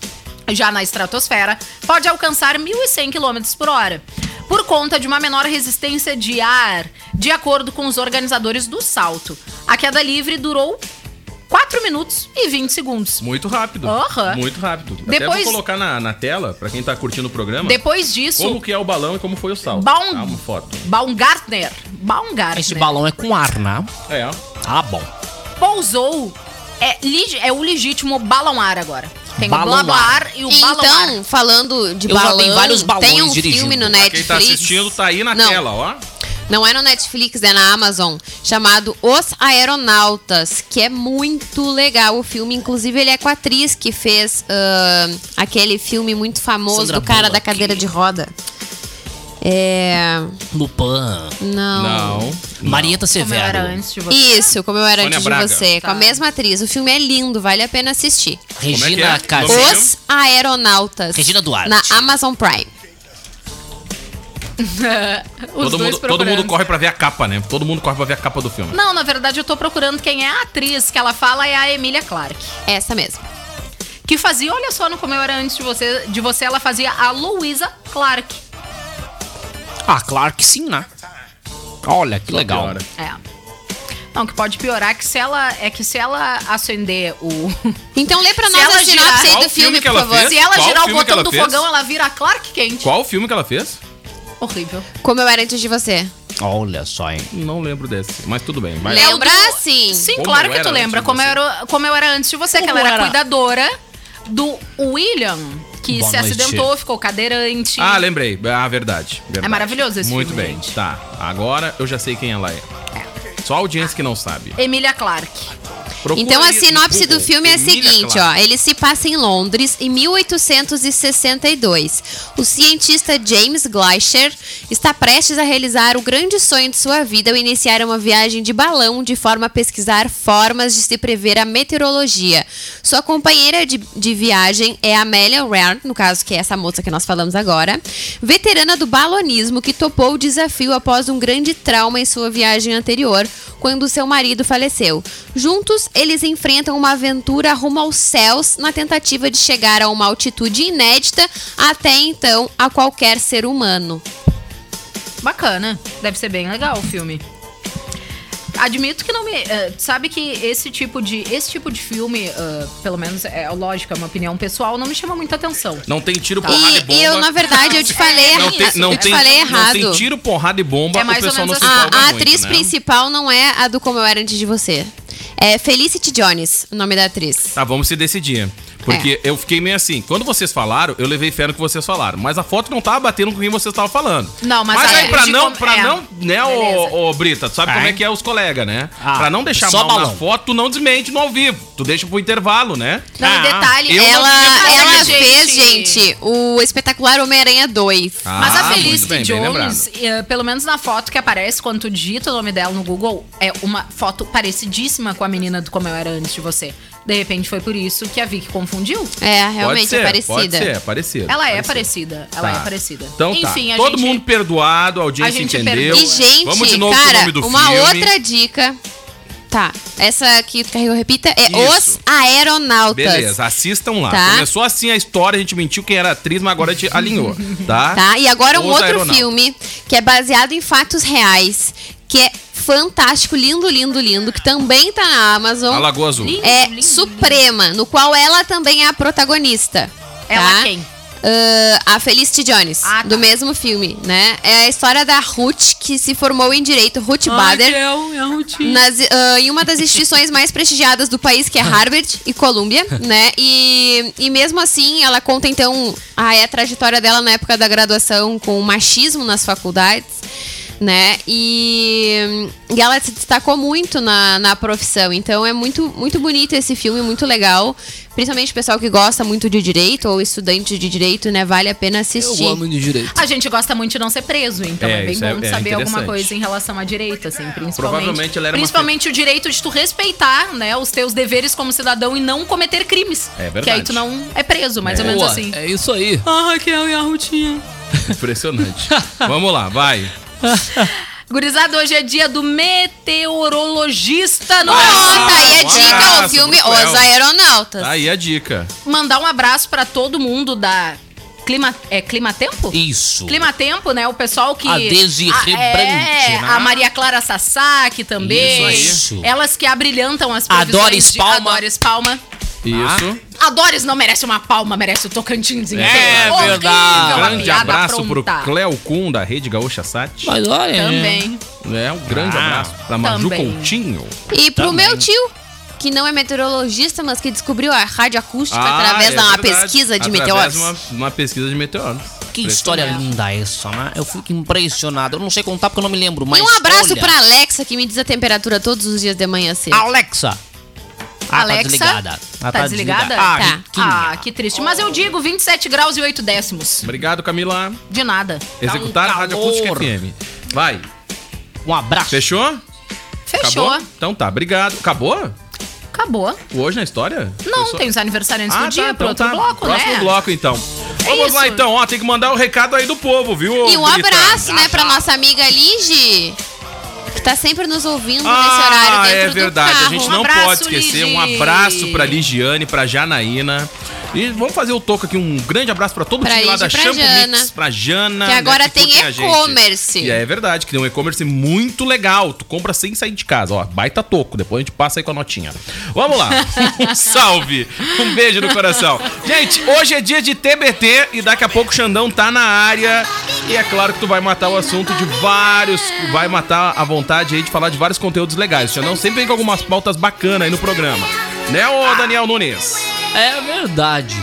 Speaker 7: Já na estratosfera, pode alcançar 1.100 km por hora, por conta de uma menor resistência de ar, de acordo com os organizadores do salto. A queda livre durou 4 minutos e 20 segundos.
Speaker 5: Muito rápido.
Speaker 7: Aham.
Speaker 5: Muito rápido. Até
Speaker 7: Depois-
Speaker 5: vou colocar na, na tela, pra quem tá curtindo o programa,
Speaker 7: Depois disso,
Speaker 5: como que é o balão e como foi o salto.
Speaker 7: Baum-
Speaker 5: Tá, uma foto.
Speaker 7: Baumgartner,
Speaker 10: Esse
Speaker 7: Baumgartner
Speaker 10: balão é com ar, né?
Speaker 5: É.
Speaker 10: Ah, bom.
Speaker 7: pousou, é, lig- é o legítimo balão ar agora. Tem o
Speaker 10: Balão
Speaker 7: blabar e o balão ar.
Speaker 9: Então, falando de
Speaker 10: Eu já dei
Speaker 9: balão,
Speaker 10: vários balões
Speaker 9: tem um
Speaker 10: dirigindo.
Speaker 9: filme no
Speaker 10: Pra
Speaker 5: Quem
Speaker 9: Netflix.
Speaker 5: tá assistindo tá aí na
Speaker 9: Não.
Speaker 5: tela, ó.
Speaker 9: Não é no Netflix, é na Amazon, chamado Os Aeronautas, que é muito legal o filme. Inclusive, ele é com a atriz que fez ahn, aquele filme muito famoso
Speaker 10: Sandra
Speaker 9: do cara da
Speaker 10: Bullock.
Speaker 9: cadeira de roda. É.
Speaker 10: Lupan.
Speaker 9: Não.
Speaker 5: Não.
Speaker 10: Marieta
Speaker 7: Como eu era
Speaker 10: Severo.
Speaker 7: antes de você.
Speaker 9: Isso, como eu era
Speaker 5: Sônia
Speaker 9: antes
Speaker 5: Braga.
Speaker 9: de você,
Speaker 7: Tá.
Speaker 9: com a mesma atriz. O filme é lindo, vale a pena assistir.
Speaker 5: Como é
Speaker 10: Regina
Speaker 5: que é?
Speaker 10: Casé.
Speaker 5: Sim.
Speaker 9: Os Aeronautas.
Speaker 10: Regina Duarte.
Speaker 9: Na Amazon Prime.
Speaker 7: Os
Speaker 5: Todo mundo,
Speaker 7: dois
Speaker 5: todo
Speaker 7: procurando.
Speaker 5: mundo corre pra ver a capa, né? Todo mundo corre pra ver a capa do filme.
Speaker 7: Não, na verdade eu tô procurando quem é a atriz que ela fala é a Emília Clarke.
Speaker 9: Essa mesmo.
Speaker 7: Que fazia, olha só, no Como Eu Era Antes de Você, de você ela fazia a Louisa Clark.
Speaker 10: Ah, claro que sim, né? Olha, que legal.
Speaker 5: Piora.
Speaker 7: É. Não, que pode piorar que se ela. É que se ela acender o.
Speaker 9: Então lê pra
Speaker 7: Se
Speaker 9: nós
Speaker 7: ela
Speaker 9: a sinopse
Speaker 7: girar-
Speaker 9: aí
Speaker 5: Qual
Speaker 9: do filme,
Speaker 5: filme que
Speaker 9: por
Speaker 5: ela
Speaker 9: favor.
Speaker 5: fez?
Speaker 7: se ela
Speaker 5: Qual
Speaker 7: girar o
Speaker 5: filme que
Speaker 7: botão
Speaker 5: ela
Speaker 7: do
Speaker 5: fez?
Speaker 7: fogão, ela vira a Clark quente.
Speaker 5: Qual o filme que ela fez?
Speaker 7: Horrível.
Speaker 9: Como eu era antes de você.
Speaker 10: Olha só, hein?
Speaker 5: Não lembro desse, mas tudo bem. Vai.
Speaker 7: Lembro.
Speaker 9: Lembra sim.
Speaker 7: Sim,
Speaker 5: Como
Speaker 7: claro
Speaker 5: eu
Speaker 7: que
Speaker 5: era
Speaker 7: tu
Speaker 5: antes
Speaker 7: lembra.
Speaker 5: de
Speaker 7: Como eu,
Speaker 5: você.
Speaker 7: era, como eu era antes de você, que
Speaker 10: Como
Speaker 7: ela era,
Speaker 10: era?
Speaker 7: cuidadora do William, que
Speaker 10: Boa
Speaker 7: se
Speaker 10: noite.
Speaker 7: acidentou, ficou cadeirante.
Speaker 5: Ah, lembrei. Ah, verdade. verdade.
Speaker 7: É maravilhoso esse
Speaker 5: Muito
Speaker 7: filme,
Speaker 5: bem.
Speaker 7: gente.
Speaker 5: Tá. Agora eu já sei quem ela é. Só a audiência que não sabe.
Speaker 7: Emília Clark.
Speaker 5: Procura
Speaker 9: Então a
Speaker 5: aí no
Speaker 9: sinopse
Speaker 5: Google.
Speaker 9: do filme é a
Speaker 5: Emília
Speaker 9: seguinte, ó.
Speaker 5: Clarke.
Speaker 9: Ele se passa em Londres em 1862. O cientista James Gleicher está prestes a realizar o grande sonho de sua vida ao iniciar uma viagem de balão de forma a pesquisar formas de se prever a meteorologia. Sua companheira de, de viagem é Amelia Rare, no caso que é essa moça que nós falamos agora, veterana do balonismo que topou o desafio após um grande trauma em sua viagem anterior, quando seu marido faleceu. Juntos, eles enfrentam uma aventura rumo aos céus na tentativa de chegar a uma altitude inédita até então a qualquer ser humano.
Speaker 7: Bacana. Deve ser bem legal o filme. admito que não me. eh, sabe que esse tipo de, esse tipo de filme, eh, pelo menos é lógico, é uma opinião pessoal, não me chama muita atenção.
Speaker 5: Não tem tiro, porrada e
Speaker 9: E,
Speaker 5: Tá, bomba.
Speaker 9: e eu, na verdade, eu te falei,
Speaker 5: não
Speaker 9: erra-
Speaker 5: tem, não
Speaker 9: eu te
Speaker 5: tem,
Speaker 9: falei
Speaker 5: não
Speaker 9: errado.
Speaker 5: tem tiro, porrada e bomba,
Speaker 7: É mais
Speaker 5: o pessoal
Speaker 7: ou
Speaker 5: não
Speaker 7: menos
Speaker 5: se
Speaker 7: assim.
Speaker 5: empolga
Speaker 9: A, a
Speaker 5: muito,
Speaker 9: atriz
Speaker 5: né?
Speaker 9: principal não é a do Como Eu Era Antes de Você. É Felicity Jones, o nome da atriz.
Speaker 5: Tá, vamos se decidir. Porque
Speaker 7: É.
Speaker 5: eu fiquei meio assim, quando vocês falaram, eu levei fé no que vocês falaram, mas a foto não tava batendo com quem vocês estavam falando.
Speaker 7: Não, mas
Speaker 5: Mas
Speaker 7: a
Speaker 5: aí pra
Speaker 7: gente
Speaker 5: não,
Speaker 7: com-
Speaker 5: pra
Speaker 7: é.
Speaker 5: não, né,
Speaker 7: Beleza.
Speaker 5: ô, ô, Brita, tu sabe como é que é os colegas, né?
Speaker 6: Ah,
Speaker 5: pra não deixar
Speaker 6: só
Speaker 5: mal na
Speaker 6: balão.
Speaker 5: foto, tu não desmente no ao vivo, tu deixa pro intervalo, né?
Speaker 7: Não,
Speaker 6: Ah.
Speaker 7: e detalhe,
Speaker 5: eu não
Speaker 9: Ela,
Speaker 7: tinha-
Speaker 9: ela
Speaker 7: Olha, gente.
Speaker 9: fez, gente, o espetacular Homem-Aranha 2.
Speaker 7: Mas
Speaker 5: Ah,
Speaker 7: a
Speaker 5: muito
Speaker 7: Felicity
Speaker 5: bem, bem
Speaker 7: Jones,
Speaker 5: lembrado.
Speaker 7: eh, pelo menos na foto que aparece, quando tu digita o nome dela no Google, é uma foto parecidíssima com a menina do Como Eu Era Antes de Você. De repente foi por isso que a Vicky confundiu.
Speaker 9: É,
Speaker 5: pode
Speaker 9: realmente
Speaker 5: ser,
Speaker 9: é parecida.
Speaker 5: Pode ser, é parecida.
Speaker 7: Ela é
Speaker 5: parecida.
Speaker 7: parecida. Ela
Speaker 5: Tá.
Speaker 7: é parecida.
Speaker 5: Então
Speaker 7: Enfim,
Speaker 5: tá,
Speaker 7: a
Speaker 5: todo
Speaker 7: gente...
Speaker 5: mundo perdoado, a audiência
Speaker 7: gente
Speaker 5: entendeu.
Speaker 7: Eu- perdoa.
Speaker 9: E, gente,
Speaker 5: Vamos de novo
Speaker 9: cara,
Speaker 5: pro nome do
Speaker 9: uma
Speaker 5: filme.
Speaker 9: outra dica. Tá, essa que o Carril repita é
Speaker 5: Isso.
Speaker 9: Os Aeronautas.
Speaker 5: Beleza, assistam lá.
Speaker 9: Tá.
Speaker 5: Começou assim a história, a gente mentiu quem era atriz, mas agora a gente alinhou, tá?
Speaker 9: Tá? E agora um
Speaker 5: Os
Speaker 9: outro
Speaker 5: Aeronautas.
Speaker 9: filme que é baseado em fatos reais, que é fantástico, lindo, lindo, lindo, que também tá na Amazon.
Speaker 5: A Lagoa Azul.
Speaker 7: Lindo,
Speaker 9: é
Speaker 7: lindo,
Speaker 9: Suprema, no qual ela também é a protagonista.
Speaker 7: Ela
Speaker 9: tá?
Speaker 7: quem?
Speaker 9: Ah, a Felicity Jones,
Speaker 7: Ah, tá.
Speaker 9: do mesmo filme, né? É a história da Ruth, que se formou em direito, Ruth Bader, nas, ah, em uma das instituições mais prestigiadas do país,
Speaker 10: Ah.
Speaker 9: que é Harvard e Columbia, né? E, e mesmo assim, ela conta então a, a trajetória dela na época da graduação com o machismo nas faculdades. Né? E, e ela se destacou muito na, na profissão. Então é muito, muito bonito esse filme, muito legal. Principalmente o pessoal que gosta muito de direito ou estudante de direito, né? Vale a pena
Speaker 10: Eu
Speaker 9: assistir.
Speaker 10: amo de direito.
Speaker 6: Ah,
Speaker 7: A gente gosta muito de não ser preso, então
Speaker 5: É,
Speaker 7: é, bem
Speaker 5: isso
Speaker 7: bom
Speaker 5: é-
Speaker 7: de
Speaker 5: é
Speaker 7: saber alguma
Speaker 5: interessante.
Speaker 7: coisa em relação à direita, assim, principalmente.
Speaker 5: Provavelmente ela era uma
Speaker 7: principalmente o direito de tu respeitar, né, os teus deveres como cidadão e não cometer crimes.
Speaker 5: É verdade.
Speaker 7: Que aí tu não é preso, mais ou menos
Speaker 10: Boa,
Speaker 7: assim.
Speaker 10: é isso aí.
Speaker 5: Impressionante. Vamos lá, vai.
Speaker 7: Gurizada, hoje é dia do meteorologista é? no
Speaker 9: Ó, tá aí a
Speaker 10: Ah,
Speaker 5: Um
Speaker 9: dica,
Speaker 5: abraço
Speaker 9: o filme
Speaker 5: pro Cruel.
Speaker 9: Os Aeronautas.
Speaker 5: Tá aí a dica.
Speaker 7: Mandar um abraço pra todo mundo da Clima é Climatempo?
Speaker 6: Isso.
Speaker 7: Climatempo, né? O pessoal que.
Speaker 6: A Desirê
Speaker 7: Ah, é,
Speaker 6: Brandt, né?
Speaker 7: a Maria Clara Sasaki também.
Speaker 6: Isso aí.
Speaker 7: Elas que abrilhantam as
Speaker 6: A
Speaker 7: previsões
Speaker 6: Doris
Speaker 7: de-
Speaker 6: Palma.
Speaker 7: A Doris Palma.
Speaker 5: Isso.
Speaker 7: A Doris não merece uma palma, merece o Tocantins inteiro.
Speaker 6: É
Speaker 7: Horrível,
Speaker 6: verdade.
Speaker 7: a
Speaker 5: grande
Speaker 7: tá piada
Speaker 5: abraço
Speaker 7: apronta.
Speaker 5: pro Cleo Kun, da Rede Gaúcha Sat.
Speaker 10: Mas olha,
Speaker 6: É.
Speaker 7: Também.
Speaker 5: É, um grande
Speaker 6: Ah,
Speaker 5: abraço pra Maju
Speaker 7: também.
Speaker 5: Coutinho.
Speaker 9: E pro meu tio, que não é meteorologista, mas que descobriu a rádio acústica através
Speaker 5: é
Speaker 9: de uma
Speaker 5: verdade.
Speaker 9: pesquisa de
Speaker 5: Através
Speaker 9: meteoros.
Speaker 5: de Uma, uma pesquisa de meteoros.
Speaker 6: Que história linda essa, né? Eu fico impressionado. Eu não sei contar porque eu não me lembro, mas.
Speaker 9: E um abraço
Speaker 6: olha,
Speaker 9: pra Alexa, que me diz a temperatura todos os dias de manhã cedo.
Speaker 6: Alexa. Ah, tá
Speaker 7: Alexa,
Speaker 6: desligada. Ah,
Speaker 7: tá desligada?
Speaker 6: Ah,
Speaker 9: Tá.
Speaker 6: riquinha.
Speaker 7: Ah, que triste. Mas eu digo 27 graus e 8 décimos.
Speaker 5: Obrigado, Camila.
Speaker 7: De nada.
Speaker 5: Executar a Rádio Acústica
Speaker 6: calor.
Speaker 5: FM. Vai.
Speaker 6: Um abraço.
Speaker 5: Fechou?
Speaker 7: Fechou.
Speaker 5: Acabou?
Speaker 7: Acabou.
Speaker 5: Então tá, obrigado. Acabou? Hoje na história?
Speaker 7: Não,
Speaker 5: Fechou?
Speaker 7: tem os aniversariantes
Speaker 5: Ah,
Speaker 7: do dia,
Speaker 5: tá, então
Speaker 7: pro outro
Speaker 5: tá.
Speaker 7: bloco,
Speaker 5: Próximo
Speaker 7: né?
Speaker 5: bloco, então. Vamos lá,
Speaker 7: isso.
Speaker 5: então. Ó, tem que mandar o recado aí do povo, viu?
Speaker 9: É E um
Speaker 5: Brita?
Speaker 9: abraço, né,
Speaker 5: Ah, tá.
Speaker 9: pra nossa amiga Lige, que tá sempre nos ouvindo nesse horário
Speaker 5: Ah,
Speaker 9: dentro
Speaker 5: é
Speaker 9: do
Speaker 5: verdade.
Speaker 9: carro.
Speaker 5: A gente
Speaker 7: Um
Speaker 5: não
Speaker 7: abraço,
Speaker 5: pode esquecer. Um
Speaker 7: Ligi.
Speaker 5: abraço pra Ligiane, pra Janaína. E vamos fazer o toco aqui. Um grande abraço pra todo o
Speaker 9: Pra
Speaker 5: time lá
Speaker 9: Ligi,
Speaker 5: da
Speaker 9: pra
Speaker 5: Shampoo
Speaker 9: Jana.
Speaker 5: Mix, pra Jana.
Speaker 9: Que agora tem
Speaker 5: curtem a gente.
Speaker 9: e-commerce.
Speaker 5: E é verdade, que tem um e-commerce muito legal. Tu compra sem sair de casa. Ó, baita toco. Depois a gente passa aí com a notinha. Vamos lá. um salve. Um beijo no coração. Gente, hoje é dia de TBT e daqui a pouco o Xandão tá na área. E é claro que tu vai matar o assunto de vários. Vai matar a vontade aí de falar de vários conteúdos legais. O Xandão sempre vem com algumas pautas bacanas aí no programa. Né,
Speaker 9: Tá.
Speaker 5: ô Daniel Nunes?
Speaker 10: é verdade.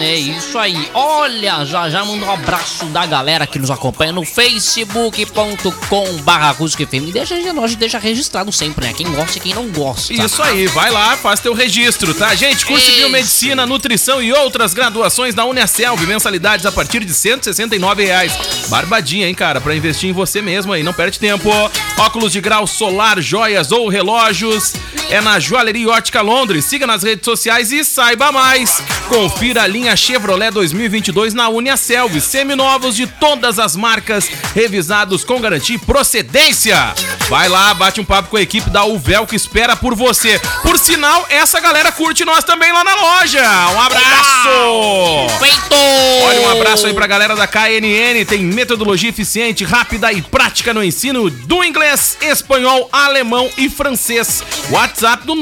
Speaker 6: É isso aí. Olha, já já manda um abraço da galera que nos acompanha no facebook.com barra E deixa, lógico, deixa registrado sempre, né? Quem gosta e quem não gosta.
Speaker 5: Isso aí, vai lá, faz teu registro, tá, gente? Curso de
Speaker 6: Tá. Isso.
Speaker 5: Biomedicina, Nutrição e outras graduações da Uniaselv, mensalidades a partir de R$ 169 reais. Barbadinha, hein, cara, pra investir em você mesmo aí, não perde tempo. Óculos de grau solar, joias ou relógios, é na Joalheria Ótica Londres. Siga nas redes sociais e saiba mais. Confira a linha Chevrolet 2022 na Uniaselv, seminovos de todas as marcas, revisados com garantia e procedência. Vai lá, bate um papo com a equipe da Uvel que espera por você. Por sinal, essa galera curte nós também lá na loja. Um abraço!
Speaker 6: Feito!
Speaker 5: Olha, um abraço aí pra galera da KNN. Tem metodologia eficiente, rápida e prática no ensino do inglês. inglês, espanhol, alemão e francês. WhatsApp do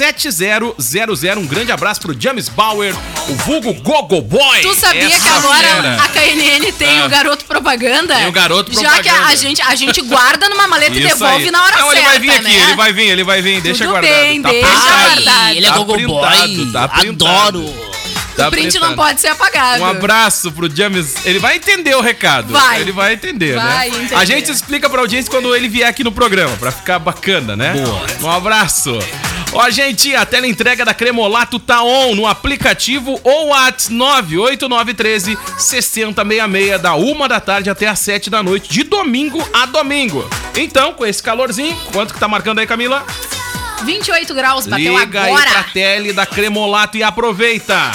Speaker 5: 994797000. Um grande abraço pro James Bauer, o vulgo Gogo Boy.
Speaker 7: Tu sabia
Speaker 5: Essa
Speaker 7: que agora
Speaker 5: fera.
Speaker 7: a KNN tem
Speaker 5: Ah.
Speaker 7: o garoto propaganda?
Speaker 5: Tem o garoto
Speaker 7: Já que a- a
Speaker 5: propaganda.
Speaker 7: gente, a gente guarda numa maleta e
Speaker 5: Isso
Speaker 7: devolve
Speaker 5: aí.
Speaker 7: na hora
Speaker 5: Não,
Speaker 7: certa,
Speaker 5: ele vai vir aqui,
Speaker 7: né?
Speaker 5: ele vai vir, ele vai vir, deixa
Speaker 7: Tudo
Speaker 5: guardado.
Speaker 7: bem, deixa
Speaker 5: printado.
Speaker 7: guardado.
Speaker 6: Ai, ele é
Speaker 5: Tá
Speaker 6: Gogo Boy.
Speaker 5: printado, tá printado.
Speaker 6: Adoro.
Speaker 5: Tá
Speaker 7: o print
Speaker 5: printado.
Speaker 7: não pode ser apagado.
Speaker 5: Um abraço pro James. Ele vai entender o recado.
Speaker 7: Vai.
Speaker 5: Ele vai entender,
Speaker 7: Vai
Speaker 5: né?
Speaker 7: entender.
Speaker 5: A gente explica pra audiência quando ele vier aqui no programa, pra ficar bacana, né? Boa. Um abraço. Ó, gente, a tela entrega da Cremolato tá on no aplicativo ou WhatsApp 98913 6066 da 1 da tarde até as 7 da noite, de domingo a domingo. Então, com esse calorzinho, quanto que tá marcando aí, Camila?
Speaker 7: 28 graus, bateu
Speaker 5: Liga aí pra
Speaker 7: agora.
Speaker 5: tele da Cremolato e aproveita.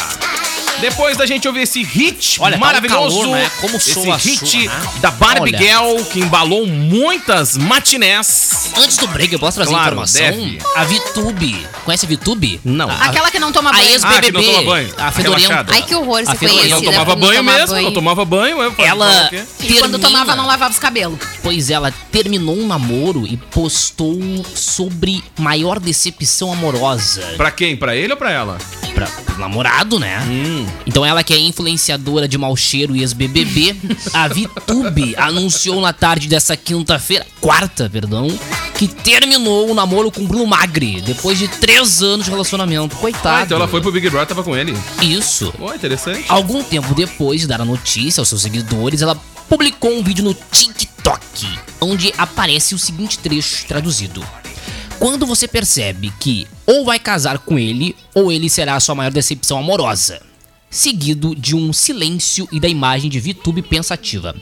Speaker 5: Depois da gente ouvir esse hit
Speaker 6: Olha, tá um
Speaker 5: maravilhoso,
Speaker 6: calor, né? Como
Speaker 5: esse
Speaker 6: soa a
Speaker 5: hit
Speaker 6: chuva, né?
Speaker 5: da Barbie
Speaker 6: Olha.
Speaker 5: Girl, que embalou muitas matinés.
Speaker 6: Antes do break, eu posso trazer
Speaker 5: Claro,
Speaker 6: informação?
Speaker 5: deve.
Speaker 6: A VTube. Conhece a VTube?
Speaker 5: Não.
Speaker 6: A,
Speaker 7: Aquela que não toma
Speaker 6: a
Speaker 7: banho.
Speaker 5: Ah, que não toma
Speaker 6: ex-BBB.
Speaker 5: banho.
Speaker 6: a
Speaker 5: Aquela
Speaker 6: Fedorenta.
Speaker 5: chata.
Speaker 9: Ai, que horror,
Speaker 6: A
Speaker 9: você
Speaker 6: Fernanda
Speaker 9: conhecida
Speaker 5: Eu
Speaker 6: não
Speaker 9: por
Speaker 5: tomava
Speaker 9: não
Speaker 5: banho
Speaker 9: tomar
Speaker 5: mesmo,
Speaker 9: banho.
Speaker 5: eu tomava banho. Eu falei,
Speaker 6: Ela
Speaker 5: "Fazer o quê?"
Speaker 7: E quando tomava, não lavava os cabelos.
Speaker 6: Pois ela terminou um namoro e postou sobre maior decepção amorosa.
Speaker 5: Pra quem? Pra ele ou pra ela?
Speaker 6: Pra, pro namorado, né?
Speaker 5: Hum.
Speaker 6: Então ela que é influenciadora de mau cheiro e ex-BBB, a VTube anunciou na tarde dessa quinta-feira, quarta, perdão, que terminou o namoro com Bruno Magri, depois de três anos de relacionamento. Coitado.
Speaker 5: Ah, então ela foi pro Big Brother, tava com ele.
Speaker 6: Isso.
Speaker 5: Ó, interessante.
Speaker 6: Algum tempo depois de dar a notícia aos seus seguidores, ela publicou um vídeo no TikTok, onde aparece o seguinte trecho traduzido. Quando você percebe que ou vai casar com ele, ou ele será a sua maior decepção amorosa. Seguido de um silêncio e da imagem de VTube pensativa.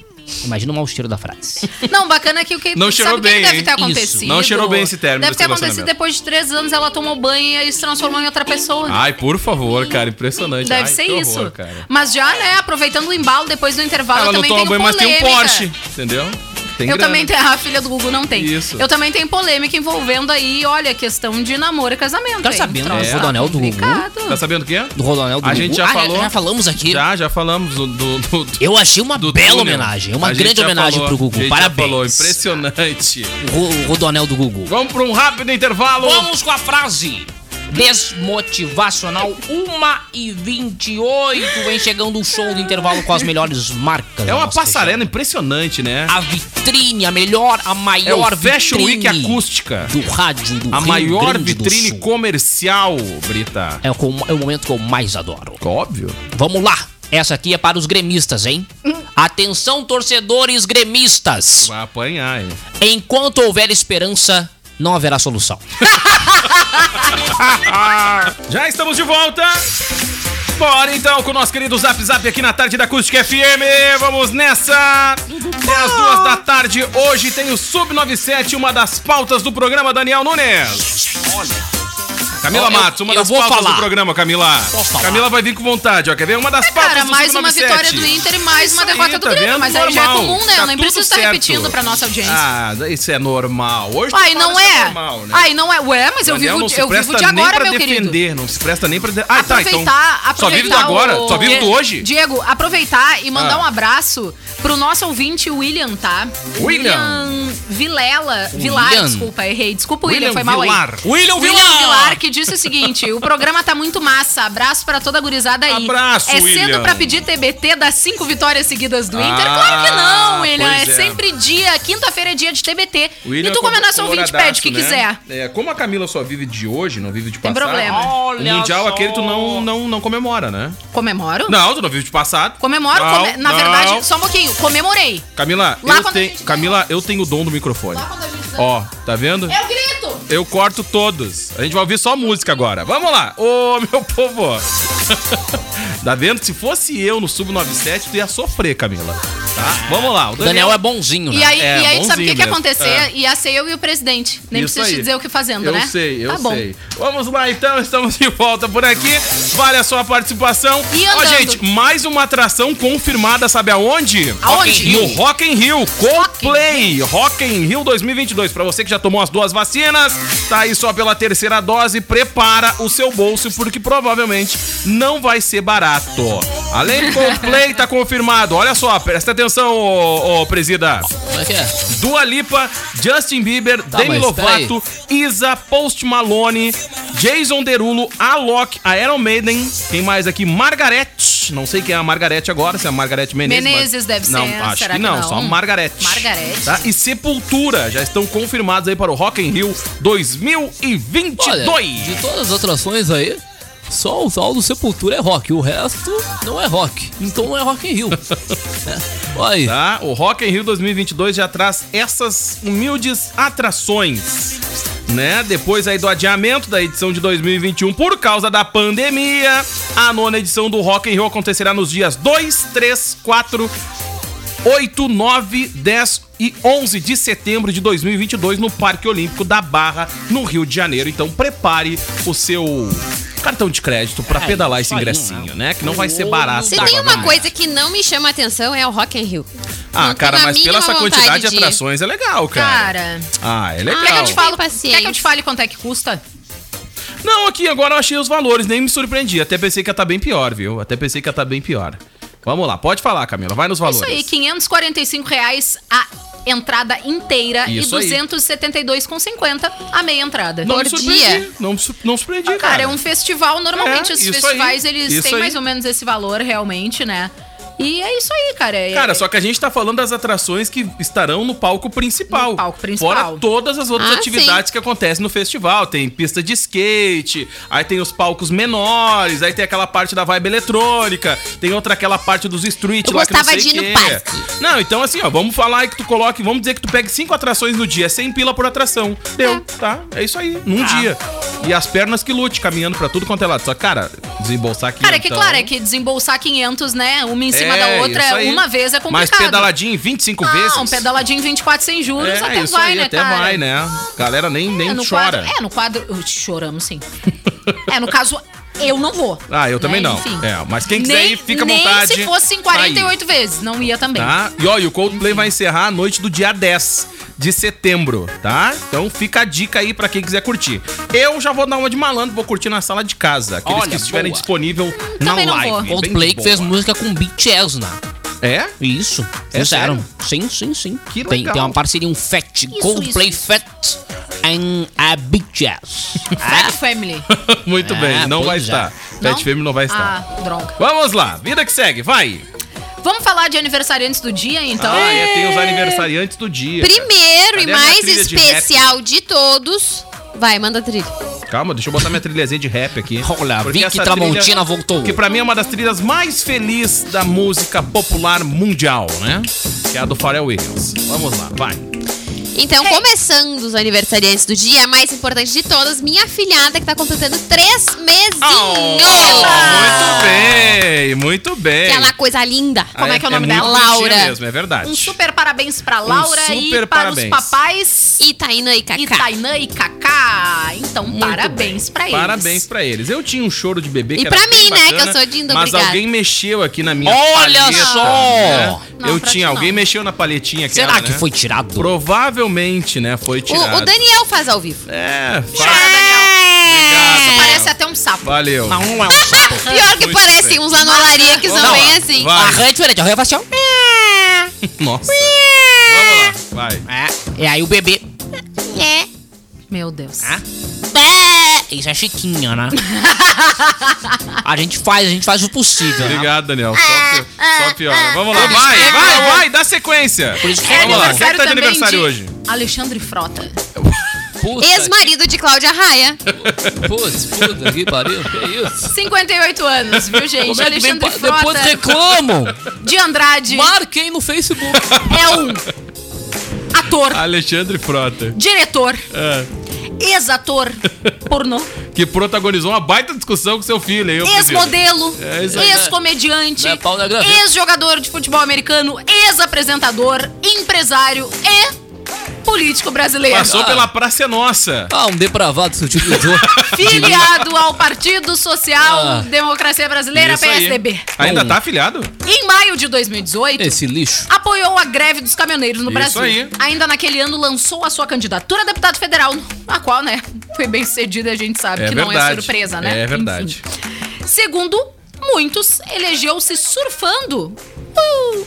Speaker 6: Imagina o mau cheiro da frase.
Speaker 7: Não, bacana que o que
Speaker 5: Não cheirou
Speaker 7: sabe o que que
Speaker 5: bem,
Speaker 7: deve
Speaker 5: hein?
Speaker 7: ter
Speaker 6: Isso,
Speaker 7: acontecido.
Speaker 5: não cheirou bem esse término
Speaker 7: Deve
Speaker 5: desse
Speaker 7: ter acontecido
Speaker 5: relacionamento.
Speaker 7: depois de três anos, ela tomou banho e se transformou em outra pessoa.
Speaker 5: Ai, por favor, cara, impressionante.
Speaker 7: Deve
Speaker 5: Ai,
Speaker 7: ser
Speaker 5: que horror,
Speaker 7: isso.
Speaker 5: cara.
Speaker 7: Mas já, né, aproveitando o embalo depois do intervalo,
Speaker 5: Ela
Speaker 7: eu
Speaker 5: não
Speaker 7: também
Speaker 5: toma
Speaker 7: tenho
Speaker 5: banho, mas tem um
Speaker 7: polêmica.
Speaker 5: Porsche, entendeu? Tem
Speaker 7: eu
Speaker 5: grana.
Speaker 7: também tenho, a filha do Gugu não tem.
Speaker 5: Isso.
Speaker 7: Eu também tenho polêmica envolvendo aí, olha, a questão de namoro e casamento.
Speaker 6: Tá
Speaker 7: hein?
Speaker 6: sabendo
Speaker 7: Troço
Speaker 6: do Rodoanel do Gugu?
Speaker 7: complicado.
Speaker 5: Tá sabendo o que é?
Speaker 6: Do Rodoanel do
Speaker 5: A gente
Speaker 6: Gugu.
Speaker 5: já
Speaker 6: Ah,
Speaker 5: falou.
Speaker 6: Já falamos aqui.
Speaker 5: Já, já falamos do- do- do,
Speaker 6: Eu achei uma
Speaker 5: do
Speaker 6: bela
Speaker 5: túnel.
Speaker 6: homenagem, uma
Speaker 5: A gente
Speaker 6: grande
Speaker 5: já
Speaker 6: homenagem
Speaker 5: falou,
Speaker 6: pro
Speaker 5: a gente
Speaker 6: Gugu.
Speaker 5: já
Speaker 6: Parabéns.
Speaker 5: falou, é impressionante.
Speaker 6: O Ro- o Rodoanel do Gugu.
Speaker 5: Vamos para um rápido intervalo.
Speaker 6: Vamos com a frase desmotivacional 1 e 28. Vem chegando o show do intervalo com as melhores marcas.
Speaker 5: É
Speaker 6: da
Speaker 5: uma
Speaker 6: nossa
Speaker 5: passarela impressionante, né?
Speaker 6: região. A vitrine, a melhor, a
Speaker 5: É
Speaker 6: maior
Speaker 5: o Fashion
Speaker 6: vitrine
Speaker 5: Week acústica.
Speaker 6: do rádio do
Speaker 5: A
Speaker 6: Rio
Speaker 5: maior
Speaker 6: Grande do
Speaker 5: vitrine
Speaker 6: Sul.
Speaker 5: comercial, Brita.
Speaker 6: É o, com- é o momento que eu mais adoro.
Speaker 5: Óbvio.
Speaker 6: Vamos lá. Essa aqui é para os gremistas, hein? Atenção, torcedores gremistas.
Speaker 5: Vai apanhar, hein?
Speaker 6: Enquanto houver esperança, não haverá solução.
Speaker 5: Ah, Já estamos de volta. Bora então com o nosso querido Zap Zap aqui na tarde da Acústica FM. Vamos nessa! Até as duas da tarde, hoje tem o Sub97, uma das pautas do programa Daniel Nunes. Camila
Speaker 6: Ó, eu-
Speaker 5: Matos, uma
Speaker 6: eu
Speaker 5: das
Speaker 6: vou
Speaker 5: pautas
Speaker 6: falar.
Speaker 5: do programa, Camila.
Speaker 6: Posso falar?
Speaker 5: Camila vai vir com vontade, ó. Quer ver? Uma das pautas
Speaker 7: Cara,
Speaker 5: do
Speaker 7: mais uma
Speaker 5: 97.
Speaker 7: vitória do Inter e mais
Speaker 5: Isso
Speaker 7: uma
Speaker 5: aí,
Speaker 7: derrota do
Speaker 5: tá
Speaker 7: Grêmio.
Speaker 5: vendo?
Speaker 7: Mas aí já é
Speaker 5: Normal.
Speaker 7: comum, né?
Speaker 5: Tá
Speaker 7: Eu nem
Speaker 5: tudo
Speaker 7: preciso estar
Speaker 5: certo.
Speaker 7: repetindo pra nossa audiência.
Speaker 5: Ah, isso é normal. Hoje
Speaker 7: Ai,
Speaker 5: tu
Speaker 7: não
Speaker 5: fala isso
Speaker 7: é?
Speaker 5: normal, né?
Speaker 7: Ai, não é? Ué, mas eu
Speaker 5: Daniel
Speaker 7: vivo,
Speaker 5: não
Speaker 7: de,
Speaker 5: se
Speaker 7: eu vivo
Speaker 5: presta
Speaker 7: de
Speaker 5: nem
Speaker 7: agora,
Speaker 5: pra
Speaker 7: meu querido.
Speaker 5: defender, Não se presta nem pra... de- Ah, tá, então.
Speaker 7: aproveitar,
Speaker 5: Só vive do
Speaker 7: aproveitar
Speaker 5: agora,
Speaker 7: o-
Speaker 5: só vive do hoje.
Speaker 7: Diego, aproveitar e mandar
Speaker 5: Ah.
Speaker 7: um abraço pro nosso ouvinte William, tá?
Speaker 5: William.
Speaker 7: Vilela, Vilar,
Speaker 6: William.
Speaker 7: desculpa, errei. Desculpa, William,
Speaker 5: William
Speaker 7: foi mal
Speaker 5: Vilar.
Speaker 7: aí. William Vilar. que disse o seguinte, o programa tá muito massa, abraço pra toda a gurizada aí.
Speaker 5: Abraço,
Speaker 7: É cedo
Speaker 5: William.
Speaker 7: pra pedir TBT das cinco vitórias seguidas do Inter?
Speaker 5: Ah,
Speaker 7: Claro que não, William, é,
Speaker 5: pois é.
Speaker 7: sempre dia, quinta-feira é dia de TBT.
Speaker 5: William
Speaker 7: e tu, como é nosso ouvinte,
Speaker 5: coloradaço,
Speaker 7: pede o que
Speaker 5: né?
Speaker 7: quiser.
Speaker 5: É, como a Camila só vive de hoje, não vive de
Speaker 7: Tem
Speaker 5: passado. né?
Speaker 7: problema.
Speaker 5: O mundial aquele tu não, não, não comemora, né?
Speaker 7: Comemoro?
Speaker 5: Não, tu não vive de passado.
Speaker 7: Comemoro,
Speaker 5: Não,
Speaker 7: come- na
Speaker 5: não.
Speaker 7: verdade, só um pouquinho, comemorei.
Speaker 5: Camila,
Speaker 7: Lá
Speaker 5: eu
Speaker 7: quando a
Speaker 5: tenho,
Speaker 7: gente-
Speaker 5: Camila, eu tenho o dom do microfone.
Speaker 7: quando a gente-
Speaker 5: Ó, tá vendo?
Speaker 7: Eu É grito!
Speaker 5: Eu corto todos. A gente vai ouvir só música agora. Vamos lá. Ô, meu povo. tá vendo? Se fosse eu no Sub 97, tu ia sofrer, Camila. Tá? Vamos lá. O
Speaker 6: O Daniel é bonzinho, né?
Speaker 7: E aí,
Speaker 5: É,
Speaker 7: e aí sabe o que, que ia
Speaker 5: bonzinho mesmo. É.
Speaker 7: acontecer? Ia ser eu e o presidente. Nem
Speaker 5: Isso
Speaker 7: preciso te
Speaker 5: aí.
Speaker 7: dizer o que fazendo,
Speaker 5: eu
Speaker 7: né?
Speaker 5: sei, eu
Speaker 7: tá bom.
Speaker 5: sei. Vamos lá então, estamos de volta por aqui. Vale a sua participação.
Speaker 7: E
Speaker 5: Ó,
Speaker 7: andando.
Speaker 5: gente, mais uma atração confirmada, sabe aonde?
Speaker 7: Aonde?
Speaker 5: No Rock in Rio,
Speaker 7: in
Speaker 5: Coldplay, Rock in Rio 2022. Pra você que já tomou as duas vacinas, tá aí só pela terceira dose, prepara o seu bolso porque provavelmente não vai ser barato. Além do Coldplay, tá confirmado. Olha só, presta atenção, ô, ô, presida.
Speaker 10: Como é que é?
Speaker 5: Dua Lipa, Justin Bieber,
Speaker 10: Tá,
Speaker 5: Demi
Speaker 10: mas
Speaker 5: Lovato, Isa, Post Malone, Jason Derulo, Alok, a Iron Maiden. Quem mais aqui? Margarete. Não sei quem é a Margarete agora, se é a Margarete Menezes. mas-
Speaker 7: Menezes deve
Speaker 5: não,
Speaker 7: ser,
Speaker 5: Acho
Speaker 7: será
Speaker 5: que
Speaker 7: que
Speaker 5: não,
Speaker 7: não?
Speaker 5: só Margarete.
Speaker 7: Margarete.
Speaker 5: Tá? E Sepultura já estão confirmados aí para o Rock in Rio 2022.
Speaker 10: Olha, de todas as atrações aí, só o tal do Sepultura é rock. O resto não é rock. Então não é rock em Rio.
Speaker 6: Né?
Speaker 10: é. Olha aí.
Speaker 5: Tá? O Rock in Rio 2022 já traz essas humildes atrações, né? Depois aí do adiamento da edição de 2021 por causa da pandemia, a nona edição do Rock in Rio acontecerá nos dias 2, 3, 4, 8, 9, 10 e 11 de setembro de 2022 no Parque Olímpico da Barra, no Rio de Janeiro. Então prepare o seu cartão de crédito pra
Speaker 9: É,
Speaker 5: pedalar esse ingressinho, né? Que não vai ser barato.
Speaker 9: Se tem uma
Speaker 5: não.
Speaker 9: coisa que não me chama atenção é o Rock in Rio.
Speaker 5: Ah,
Speaker 9: Não
Speaker 5: cara,
Speaker 9: tenho a
Speaker 5: mas pela
Speaker 9: mínima
Speaker 5: essa
Speaker 9: vontade
Speaker 5: quantidade de
Speaker 9: de ir.
Speaker 5: atrações é legal, cara.
Speaker 7: Cara,
Speaker 5: Ah, é legal.
Speaker 7: quer que eu te
Speaker 9: Tem
Speaker 7: fale,
Speaker 9: paciência.
Speaker 7: quer que eu te fale quanto é que custa?
Speaker 5: Não, aqui agora eu achei os valores, nem me surpreendi. Até pensei que ia tá bem pior, viu? Até pensei que ia tá bem pior. Vamos lá, pode falar, Camila. Vai nos valores.
Speaker 7: É Isso aí, R$ 545 reais a entrada inteira
Speaker 5: Isso aí.
Speaker 7: e 272,50 a meia entrada.
Speaker 5: Não me
Speaker 9: por
Speaker 5: surpreendi.
Speaker 9: dia.
Speaker 5: Não, me sur- não surpreendi,
Speaker 7: Cara, é um festival, normalmente
Speaker 5: É,
Speaker 7: os
Speaker 5: isso
Speaker 7: festivais
Speaker 5: aí,
Speaker 7: eles
Speaker 5: isso
Speaker 7: têm
Speaker 5: aí.
Speaker 7: mais ou menos esse valor realmente, né? E é isso aí, cara. É-
Speaker 5: Cara, só que a gente tá falando das atrações que estarão no palco principal.
Speaker 7: No palco principal.
Speaker 5: Fora todas as outras
Speaker 9: Ah,
Speaker 5: atividades que acontecem no festival. Tem pista de skate, aí tem os palcos menores, aí tem aquela parte da vibe eletrônica, tem outra aquela parte dos street
Speaker 9: Eu
Speaker 5: lá que não
Speaker 9: gostava
Speaker 5: sei
Speaker 9: de ir no
Speaker 5: quê.
Speaker 9: parque.
Speaker 5: Não, então assim, ó, vamos falar aí que tu coloque, vamos dizer que tu pegue cinco atrações no dia, 100 pila por atração. Deu, tá? É isso aí,
Speaker 7: Ah.
Speaker 5: num dia. E as pernas que lute, caminhando pra tudo quanto é lado. Só que, cara, desembolsar aqui.
Speaker 7: Cara, é que claro, é que desembolsar 500, né? Uma em cima
Speaker 5: então.
Speaker 7: da
Speaker 5: É, isso
Speaker 7: outra,
Speaker 5: aí.
Speaker 7: uma vez é complicado.
Speaker 5: Mas pedaladinho 25 vezes.
Speaker 7: Não, pedaladinho 24 sem juros
Speaker 5: é,
Speaker 7: até
Speaker 5: isso
Speaker 7: vai,
Speaker 5: aí,
Speaker 7: né,
Speaker 5: até
Speaker 7: cara?
Speaker 5: vai, né? Galera nem, nem
Speaker 7: É, no
Speaker 5: chora.
Speaker 7: quadro. É, no quadro. uh, Choramos sim. é, no caso, eu não vou.
Speaker 5: Ah, eu também
Speaker 7: né?
Speaker 5: não.
Speaker 7: Enfim.
Speaker 5: É, mas quem quiser
Speaker 7: nem,
Speaker 5: ir, fica à
Speaker 7: nem
Speaker 5: vontade.
Speaker 7: se fosse em 48 vezes, não ia também.
Speaker 5: Tá? E ó, e o Coldplay vai encerrar a noite do dia 10 de setembro, tá? Então fica a dica aí pra quem quiser curtir. Eu já vou dar uma de malandro, vou curtir na sala de casa. Aqueles
Speaker 6: Olha,
Speaker 5: que estiverem
Speaker 6: boa.
Speaker 5: disponível na
Speaker 7: Hum, também não
Speaker 5: live.
Speaker 7: vou.
Speaker 5: bem
Speaker 6: Coldplay que
Speaker 5: boa.
Speaker 6: fez música com BTS, né?
Speaker 5: É?
Speaker 6: Isso.
Speaker 5: É
Speaker 6: Fizeram. Sim, sim, sim.
Speaker 5: Que
Speaker 6: tem,
Speaker 5: legal.
Speaker 6: tem uma parceria, um fat. Coldplay Fat em a BTS.
Speaker 7: Fat Family.
Speaker 5: Muito
Speaker 6: É,
Speaker 5: bem, não
Speaker 6: pois
Speaker 5: vai
Speaker 6: é.
Speaker 5: estar.
Speaker 7: Não?
Speaker 5: Pet Fêmea não vai estar.
Speaker 7: Ah, droga.
Speaker 5: Vamos lá, vida que segue, vai.
Speaker 7: Vamos falar de aniversariantes do dia, então?
Speaker 5: ah, é, tem os aniversariantes do dia. cara.
Speaker 9: Primeiro
Speaker 5: Cadê
Speaker 9: e
Speaker 5: a minha
Speaker 9: mais
Speaker 5: trilha de
Speaker 9: especial de, todos. Vai, manda a trilha.
Speaker 5: Calma, deixa eu botar minha trilhazinha de rap aqui.
Speaker 6: Olha,
Speaker 5: Porque
Speaker 6: Vicky
Speaker 5: essa
Speaker 6: Tramontina
Speaker 5: trilha-
Speaker 6: voltou.
Speaker 5: Que pra mim é uma das trilhas mais felizes da música popular mundial, né? Que é a do Pharrell Williams. Vamos lá, vai.
Speaker 9: Então, começando os aniversariantes do dia, a mais importante de todas, minha filhada, que tá completando três mesinhos.
Speaker 5: Oh, Muito bem, muito bem.
Speaker 9: Aquela coisa linda.
Speaker 5: Ah,
Speaker 7: como é que é o nome dela?
Speaker 5: muito bonitinha
Speaker 9: Laura.
Speaker 5: mesmo, é verdade.
Speaker 7: Um super parabéns pra Laura
Speaker 5: super
Speaker 7: e para
Speaker 5: parabéns.
Speaker 7: os papais.
Speaker 9: E Tainá e Cacá.
Speaker 7: E
Speaker 5: Tá
Speaker 7: Tainã e Kaká. Então, parabéns pra eles.
Speaker 5: Parabéns pra eles. Eu tinha um choro de bebê
Speaker 9: E
Speaker 5: que era
Speaker 9: pra
Speaker 5: bem
Speaker 9: mim, né,
Speaker 5: bacana,
Speaker 9: que eu sou dinda,
Speaker 5: Mas
Speaker 9: obrigada.
Speaker 5: alguém mexeu aqui na minha
Speaker 6: Olha
Speaker 5: palheta,
Speaker 6: só!
Speaker 5: né?
Speaker 7: Não,
Speaker 5: eu
Speaker 7: pra ti
Speaker 5: tinha,
Speaker 7: não.
Speaker 5: alguém mexeu na palhetinha aquela,
Speaker 6: Será que
Speaker 5: né?
Speaker 6: foi tirado?
Speaker 5: Provavelmente, né, foi
Speaker 9: O,
Speaker 5: tirado.
Speaker 9: o Daniel faz ao vivo. É!
Speaker 5: É,
Speaker 7: Chora,
Speaker 5: fala.
Speaker 7: Daniel.
Speaker 5: Obrigado.
Speaker 7: Parece até um sapo.
Speaker 5: Valeu.
Speaker 6: Não é um sapo.
Speaker 9: Pior que
Speaker 5: Muito
Speaker 9: parecem
Speaker 5: bem.
Speaker 9: uns anolaria que são
Speaker 6: Não,
Speaker 9: bem assim. É!
Speaker 5: vai.
Speaker 6: A rã é diferente. A rã faz assim, ó.
Speaker 5: Nossa. Vamos lá, vai.
Speaker 6: É, e aí o bebê.
Speaker 9: É.
Speaker 7: Meu Deus.
Speaker 6: Ah. Isso é chiquinha, né? a gente faz, a gente faz o possível. né?
Speaker 5: Obrigado, Daniel.
Speaker 7: É,
Speaker 5: Só, pi- só piora. Vamos lá, vai, vai, vai, dá sequência.
Speaker 6: Por isso que é
Speaker 5: Vamos lá, quem tá de
Speaker 7: É também
Speaker 5: aniversário hoje?
Speaker 7: Alexandre Frota.
Speaker 10: Puta,
Speaker 9: Ex-marido de Cláudia Raia.
Speaker 10: putz, puta que pariu. Que isso?
Speaker 7: 58 anos, viu, gente?
Speaker 10: Como é que vem
Speaker 7: Alexandre
Speaker 10: pa-
Speaker 7: Frota.
Speaker 10: depois reclamam?
Speaker 7: De Andrade.
Speaker 10: Marquem no Facebook.
Speaker 7: É um ator,
Speaker 10: Ah.
Speaker 5: Alexandre Frota,
Speaker 7: diretor,
Speaker 5: é,
Speaker 7: ex-ator pornô,
Speaker 5: que protagonizou uma baita discussão com seu filho, hein? ô, Priscila?
Speaker 7: ex-modelo,
Speaker 5: É isso aí.
Speaker 7: ex-comediante,
Speaker 10: né? Não é pau na graveta.
Speaker 7: ex-jogador de futebol americano, ex-apresentador, empresário e político brasileiro.
Speaker 5: Passou pela Praça é Nossa.
Speaker 10: Ah, um depravado se utilizou.
Speaker 7: Filiado ao Partido Social
Speaker 10: Ah.
Speaker 7: Democracia Brasileira,
Speaker 5: Isso aí.
Speaker 7: PSDB.
Speaker 5: Ainda
Speaker 10: Bom.
Speaker 5: tá afiliado?
Speaker 7: Em maio de 2018,
Speaker 10: Esse lixo.
Speaker 7: apoiou a greve dos caminhoneiros no
Speaker 5: Isso
Speaker 7: Brasil.
Speaker 5: aí.
Speaker 7: Ainda naquele ano lançou a sua candidatura a deputado federal, a qual, né, foi bem cedida, a gente sabe que não é surpresa, né?
Speaker 5: É verdade.
Speaker 7: Enfim. Segundo muitos elegeu-se surfando uh,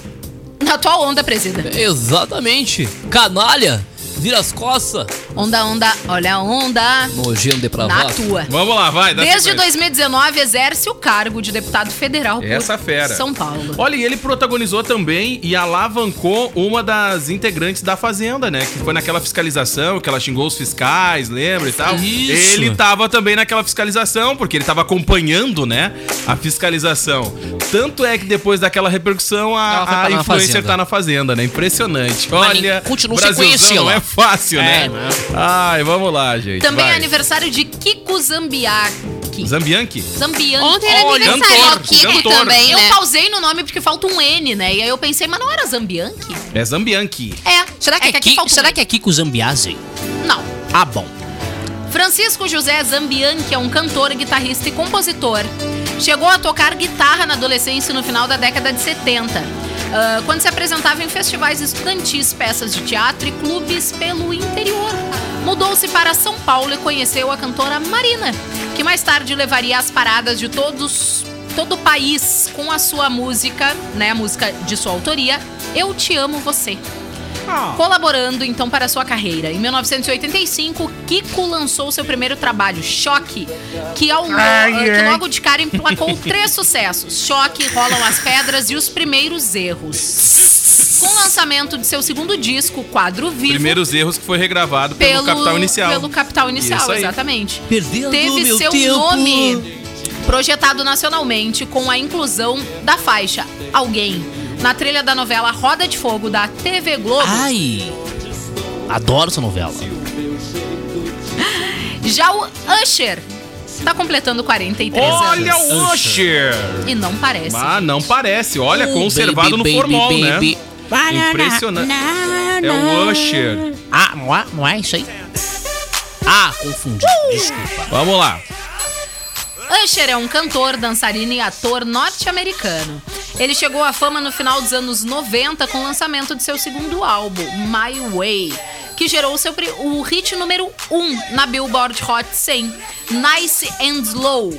Speaker 7: na tua onda, presida.
Speaker 10: Exatamente. Canalha, vira as costas.
Speaker 7: Onda, onda, olha a onda
Speaker 10: Nojento
Speaker 7: na
Speaker 10: depravado.
Speaker 7: tua.
Speaker 5: Vamos lá, vai. dá
Speaker 7: Desde
Speaker 5: sequência. É
Speaker 7: 2019 exerce o cargo de deputado federal por
Speaker 5: Essa fera.
Speaker 7: São Paulo.
Speaker 5: Olha, e ele protagonizou também e alavancou uma das integrantes da Fazenda, né? Que foi naquela fiscalização que ela xingou os fiscais, lembra e tal.
Speaker 10: Isso.
Speaker 5: Ele tava também naquela fiscalização, porque ele tava acompanhando, né? A fiscalização. Tanto é que depois daquela repercussão,
Speaker 6: Ela foi
Speaker 5: a,
Speaker 6: parar
Speaker 5: a
Speaker 6: na
Speaker 5: influencer
Speaker 6: Fazenda.
Speaker 5: tá na Fazenda, né? Impressionante.
Speaker 6: Mas
Speaker 5: Olha,
Speaker 6: nem- continua se
Speaker 5: Brasilzão
Speaker 6: conhecendo.
Speaker 5: não é fácil,
Speaker 6: É,
Speaker 5: né?
Speaker 6: né?
Speaker 5: Ai, vamos lá, gente.
Speaker 7: Também é
Speaker 5: vai.
Speaker 7: aniversário de Kiko Zambianchi.
Speaker 5: Zambianchi?
Speaker 7: Zambianchi.
Speaker 9: Ontem era
Speaker 5: Olha,
Speaker 9: aniversário
Speaker 5: cantor,
Speaker 9: do Kiko
Speaker 5: cantor.
Speaker 9: também,
Speaker 7: Eu
Speaker 9: né?
Speaker 7: pausei no nome porque falta um N, né? E aí eu pensei, mas não era Zambianchi?
Speaker 5: É Zambianchi.
Speaker 7: É. Será que
Speaker 6: É
Speaker 7: aqui,
Speaker 6: Ki-
Speaker 7: falta um
Speaker 6: será
Speaker 7: N?
Speaker 6: que é Kiko Zambiase?
Speaker 7: Não.
Speaker 6: Ah, bom.
Speaker 7: Francisco José Zambianchi é um cantor, guitarrista e compositor. Chegou a tocar guitarra na adolescência e no final da década de 70. ah, quando se apresentava em festivais estudantis, peças de teatro e clubes pelo interior. Mudou-se para São Paulo e conheceu a cantora Marina, que mais tarde levaria as paradas de todos todo o país com a sua música, né, a música de sua autoria, Eu Te Amo Você colaborando então para sua carreira. Em 1985, Kiko lançou seu primeiro trabalho, Choque, que, ao lo- que logo de cara emplacou três sucessos: Choque, Rolam as Pedras e Os Primeiros Erros. Com o lançamento de seu segundo disco, Quadro Vivo,
Speaker 5: Primeiros erros que foi regravado pelo, Capital Inicial.
Speaker 7: pelo Capital Inicial,
Speaker 5: Isso aí.
Speaker 7: exatamente
Speaker 10: Perdendo
Speaker 7: teve
Speaker 10: meu
Speaker 7: seu
Speaker 10: tempo.
Speaker 7: nome projetado nacionalmente com a inclusão da faixa Alguém na trilha da novela Roda de Fogo da TV Globo.
Speaker 10: Ah,
Speaker 6: Ai. Adoro essa novela.
Speaker 7: Já o Usher tá completando 43 anos.
Speaker 5: Olha o Usher!
Speaker 7: E não parece.
Speaker 5: Ah, não parece. Olha,
Speaker 10: Um
Speaker 6: Oh, baby,
Speaker 5: conservado no
Speaker 6: baby,
Speaker 5: formol,
Speaker 6: baby.
Speaker 5: né? Impressionante. É o Usher.
Speaker 6: Ah, não é, não é isso aí? Ah, confundi. Desculpa.
Speaker 5: Vamos lá.
Speaker 7: Usher é um cantor, dançarino e ator norte-americano. Ele chegou à fama no final dos anos 90 com o lançamento de seu segundo álbum, My Way, que gerou seu pri- o hit número 1 na Billboard Hot 100, Nice and Slow.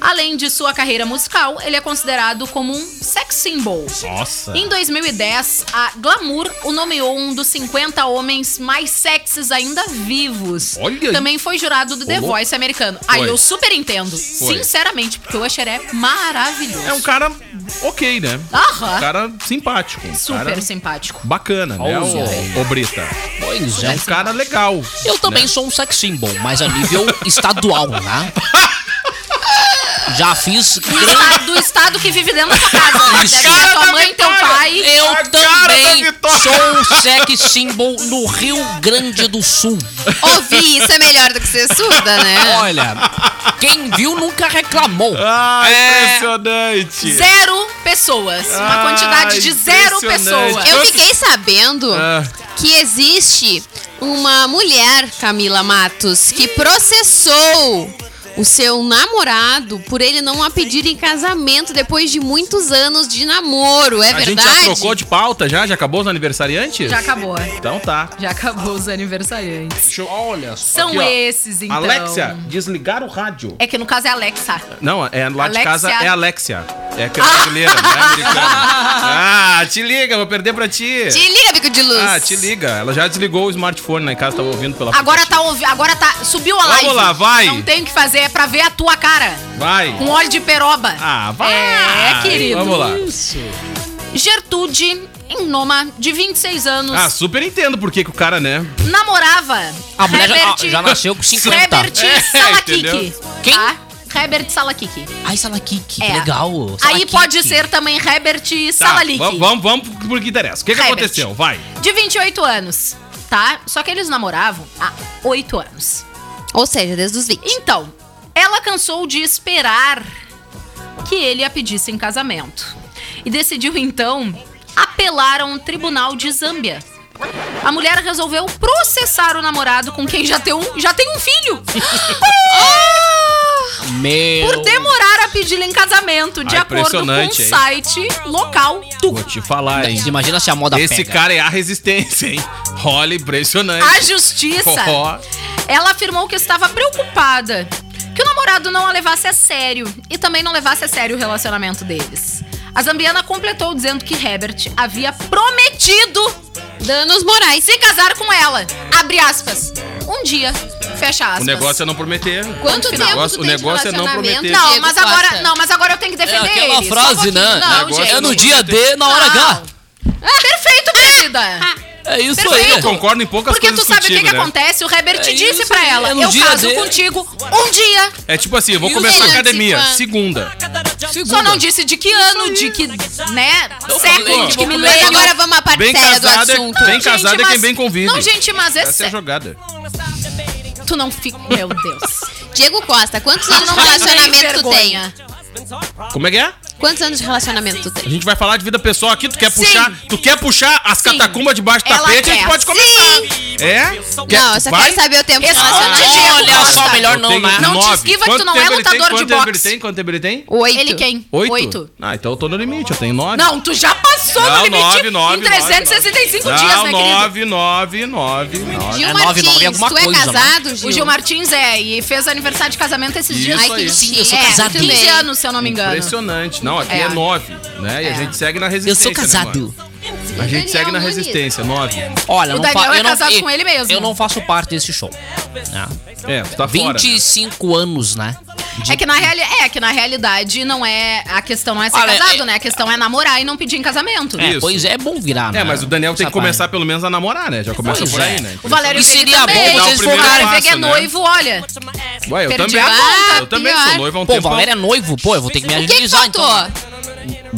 Speaker 7: Além de sua carreira musical, ele é considerado como um sex symbol.
Speaker 5: Nossa.
Speaker 7: Em 2010, a Glamour o nomeou um dos 50 homens mais sexys ainda vivos.
Speaker 5: Olha aí.
Speaker 7: Também foi jurado do The
Speaker 5: louco.
Speaker 7: Voice americano. Aí
Speaker 5: Foi.
Speaker 7: eu super entendo, sinceramente, porque o Usher é maravilhoso.
Speaker 5: É um cara ok, né? Um
Speaker 7: Aham,
Speaker 5: cara simpático. Um
Speaker 7: Ah. super
Speaker 5: cara
Speaker 7: simpático.
Speaker 5: bacana, né?
Speaker 6: Olha.
Speaker 5: O, o Brita.
Speaker 6: Pois é.
Speaker 5: É um cara legal. Né?
Speaker 6: Eu também sou um sex symbol, mas a nível estadual, né? Já fiz
Speaker 7: Do
Speaker 6: grande...
Speaker 7: estado, do estado que vive dentro da tua casa, né? Deve ser
Speaker 5: tá
Speaker 7: tua mãe, teu pai.
Speaker 6: Eu
Speaker 5: A cara
Speaker 6: também
Speaker 5: da vitória.
Speaker 6: sou um sex symbol no Rio Grande do Sul.
Speaker 9: Ouvir isso é melhor do que ser surda, né?
Speaker 6: Olha, quem viu nunca reclamou.
Speaker 5: Ah,
Speaker 6: É.
Speaker 5: impressionante.
Speaker 7: Zero pessoas. Uma
Speaker 5: Ah,
Speaker 7: quantidade de zero
Speaker 5: impressionante.
Speaker 7: pessoas.
Speaker 9: Eu fiquei sabendo
Speaker 5: Ah.
Speaker 9: que existe uma mulher, Camila Matos, que processou o seu namorado por ele não a pedir em casamento depois de muitos anos de namoro. É
Speaker 5: A gente
Speaker 9: verdade?
Speaker 5: já trocou de pauta já? Já acabou os aniversariantes?
Speaker 7: Já acabou.
Speaker 5: Então tá.
Speaker 7: Já acabou os aniversariantes.
Speaker 5: Olha só.
Speaker 7: São esses, então.
Speaker 5: Alexia, desligar o rádio.
Speaker 7: É que no caso é Alexa.
Speaker 5: Não, é lá
Speaker 7: Alexia.
Speaker 5: de casa é Alexia. É que é brasileira, não é americana. Ah, te liga, vou perder pra ti.
Speaker 9: Te liga, bico de luz.
Speaker 5: Ah, te liga. Ela já desligou o smartphone lá em casa, tava ouvindo pela
Speaker 7: Agora tá ouvindo, agora tá. Subiu a
Speaker 5: Vamos
Speaker 7: live.
Speaker 5: lá, vai.
Speaker 7: Não tem o que fazer, é pra ver a tua cara.
Speaker 5: Vai.
Speaker 7: Com óleo de peroba.
Speaker 5: Ah, vai.
Speaker 7: É, querido.
Speaker 5: Vamos lá.
Speaker 7: Gertrude, em Noma, de 26 anos,
Speaker 5: Ah, super entendo por que que o cara, né?
Speaker 7: namorava
Speaker 6: A mulher já,
Speaker 7: Herbert,
Speaker 6: ah, já nasceu com 50.
Speaker 7: Herbert
Speaker 5: É,
Speaker 7: Salakiki.
Speaker 5: entendeu?
Speaker 6: Quem?
Speaker 7: Tá? Herbert Salakiki.
Speaker 6: Ai, Salakiki,
Speaker 7: É.
Speaker 6: que legal.
Speaker 7: Aí
Speaker 6: Salakiki.
Speaker 7: pode ser também Herbert
Speaker 5: Tá,
Speaker 7: Salalik.
Speaker 5: vamos, vamos, vamos pro que interessa. O que que
Speaker 7: Herbert.
Speaker 5: aconteceu? Vai.
Speaker 7: De 28 anos, tá? Só que eles namoravam há 8 anos.
Speaker 9: Ou seja, desde os 20.
Speaker 7: Então, ela cansou de esperar que ele a pedisse em casamento. E decidiu então apelar a um tribunal de Zâmbia. A mulher resolveu processar o namorado com quem já tem um, já tem um filho. Ah!
Speaker 6: Meu.
Speaker 7: Por demorar a pedi-la em casamento, de
Speaker 5: Ah,
Speaker 7: acordo com um
Speaker 5: impressionante, hein?
Speaker 7: site local.
Speaker 5: Vou te falar, hein?
Speaker 6: Imagina se a moda
Speaker 5: Esse
Speaker 6: pega.
Speaker 5: cara é a resistência, hein? Olha, impressionante.
Speaker 7: A justiça.
Speaker 5: Ó.
Speaker 7: Ela afirmou que estava preocupada que o namorado não a levasse a sério e também não levasse a sério o relacionamento deles. A zambiana completou dizendo que Herbert havia prometido
Speaker 9: Danos morais.
Speaker 7: se casar com ela. Abre aspas. Um dia. Fecha aspas.
Speaker 5: O negócio é não prometer.
Speaker 9: Quanto
Speaker 5: o
Speaker 9: tempo
Speaker 5: negócio,
Speaker 9: tu
Speaker 5: o
Speaker 9: tem de
Speaker 5: negócio é não
Speaker 9: relacionamento?
Speaker 5: prometer.
Speaker 7: Não,
Speaker 9: Diego
Speaker 7: mas agora,
Speaker 9: Costa.
Speaker 7: não, mas agora eu tenho que
Speaker 10: É
Speaker 7: defender
Speaker 10: aquela
Speaker 7: eles. Só um
Speaker 10: frase, né?
Speaker 7: pouquinho. Não,
Speaker 5: Negócio
Speaker 7: gente. Ah,
Speaker 10: é no dia D, na hora H.
Speaker 7: Perfeito, querida.
Speaker 9: Ah,
Speaker 10: É isso
Speaker 7: Perfeito.
Speaker 10: aí.
Speaker 5: Eu concordo em poucas
Speaker 7: Porque tu
Speaker 5: coisas
Speaker 7: sabe o que,
Speaker 5: contigo,
Speaker 7: que
Speaker 5: né?
Speaker 7: acontece? O Herbert
Speaker 10: É
Speaker 7: disse
Speaker 10: isso
Speaker 7: pra
Speaker 10: aí,
Speaker 7: ela:
Speaker 10: é no
Speaker 7: Eu
Speaker 10: dia
Speaker 7: caso
Speaker 10: D.
Speaker 7: contigo um dia.
Speaker 5: É tipo assim, eu vou
Speaker 10: E
Speaker 5: começar
Speaker 9: os
Speaker 5: a academia,
Speaker 9: antes e
Speaker 5: segunda.
Speaker 7: Só
Speaker 10: Segunda.
Speaker 7: não disse de que ano, de que, né,
Speaker 10: Eu
Speaker 7: século,
Speaker 10: falei,
Speaker 7: de que
Speaker 10: vou
Speaker 9: Mas
Speaker 7: milênio.
Speaker 9: hum. agora vamos à parte
Speaker 5: Bem
Speaker 9: séria do
Speaker 5: casada,
Speaker 9: assunto.
Speaker 5: bem
Speaker 7: Gente,
Speaker 5: casada é quem
Speaker 7: mas-
Speaker 5: bem convive.
Speaker 7: Não, gente, mas é
Speaker 5: Essa é a
Speaker 7: sério.
Speaker 5: jogada.
Speaker 7: Tu não fica... Meu Deus.
Speaker 9: Diego Costa, quantos anos de
Speaker 7: Não dá nem
Speaker 9: relacionamento tu tem?
Speaker 7: vergonha.
Speaker 5: Como é que é?
Speaker 9: Quantos anos de relacionamento tu tem?
Speaker 5: A gente vai falar de vida pessoal aqui, tu quer
Speaker 7: Sim.
Speaker 5: puxar, tu quer puxar as
Speaker 7: Sim.
Speaker 5: catacumbas debaixo do
Speaker 7: Ela
Speaker 5: tapete, a gente
Speaker 7: quer.
Speaker 5: pode começar. É? Quer-
Speaker 9: Não, eu só
Speaker 5: vai?
Speaker 9: quero saber o tempo de
Speaker 7: Responde,
Speaker 9: relacionamento.
Speaker 7: Diego.
Speaker 6: Olha só,
Speaker 7: Costa.
Speaker 6: melhor
Speaker 5: Eu
Speaker 6: não,
Speaker 5: tenho
Speaker 6: né?
Speaker 7: Não
Speaker 5: nove.
Speaker 7: te esquiva que
Speaker 5: Quanto
Speaker 7: tu não é
Speaker 5: tempo ele tem?
Speaker 7: lutador de
Speaker 5: Quanto tempo ele
Speaker 7: boxe.
Speaker 5: tem? Quanto tempo ele tem?
Speaker 9: Oito.
Speaker 7: Ele quem?
Speaker 5: Oito?
Speaker 7: Oito.
Speaker 5: Ah, então eu tô no limite, eu tenho nove.
Speaker 7: Não, tu já passou
Speaker 5: Não,
Speaker 7: no limite
Speaker 5: nove, nove,
Speaker 7: em 365 dias, né, querido?
Speaker 5: nove, nove, nove, nove.
Speaker 9: Gil
Speaker 6: É nove, nove é
Speaker 9: Martins,
Speaker 6: alguma
Speaker 9: tu é
Speaker 6: coisa, né?
Speaker 9: casado, Gil?
Speaker 7: O Gil Martins é, e fez aniversário de casamento esses dias.
Speaker 5: Isso aí.
Speaker 9: Sim, eu sou
Speaker 7: é,
Speaker 6: casado.
Speaker 7: 15 anos, se eu não me engano.
Speaker 5: Impressionante. Não, aqui
Speaker 7: É.
Speaker 5: é, nove, né? E a
Speaker 7: É.
Speaker 5: gente segue na
Speaker 6: Eu
Speaker 5: resistência.
Speaker 6: sou
Speaker 5: né,
Speaker 6: casado.
Speaker 5: mano? a gente segue na
Speaker 9: Daniel Nunes.
Speaker 5: resistência, nove.
Speaker 6: Olha,
Speaker 7: O
Speaker 6: não
Speaker 7: Daniel
Speaker 6: fa-
Speaker 7: é
Speaker 6: eu não-
Speaker 7: casado
Speaker 6: eu-
Speaker 7: com ele mesmo.
Speaker 6: Eu não faço parte desse show. Ah,
Speaker 5: É, tu tá fora.
Speaker 6: 25 anos, né? De-
Speaker 7: É que, na reali é que na realidade não é. A questão não é ser
Speaker 6: Olha,
Speaker 7: casado,
Speaker 6: é-
Speaker 7: né? A questão é namorar e não pedir em casamento.
Speaker 6: É,
Speaker 5: Isso.
Speaker 6: pois é, é bom virar, né?
Speaker 5: É, mas o Daniel tem que
Speaker 6: Essa
Speaker 5: começar
Speaker 6: parte.
Speaker 5: pelo menos a namorar, né? Já começa
Speaker 6: Pois
Speaker 5: por aí,
Speaker 6: é.
Speaker 5: né?
Speaker 7: O Valério
Speaker 6: E
Speaker 7: Veg
Speaker 6: seria
Speaker 7: também.
Speaker 6: bom
Speaker 5: dar o
Speaker 7: O
Speaker 5: primeiro
Speaker 7: Valério Veg
Speaker 5: passo,
Speaker 7: é
Speaker 5: né?
Speaker 7: noivo, olha.
Speaker 5: Ué, eu
Speaker 7: Perdi
Speaker 5: também.
Speaker 7: a conta,
Speaker 5: eu também
Speaker 9: pior.
Speaker 5: sou noivo há um
Speaker 6: Pô, o
Speaker 5: tempo.
Speaker 6: Valério é noivo, pô, eu vou ter que me
Speaker 5: é,
Speaker 9: O que que
Speaker 6: agilizar,
Speaker 9: faltou?
Speaker 6: então.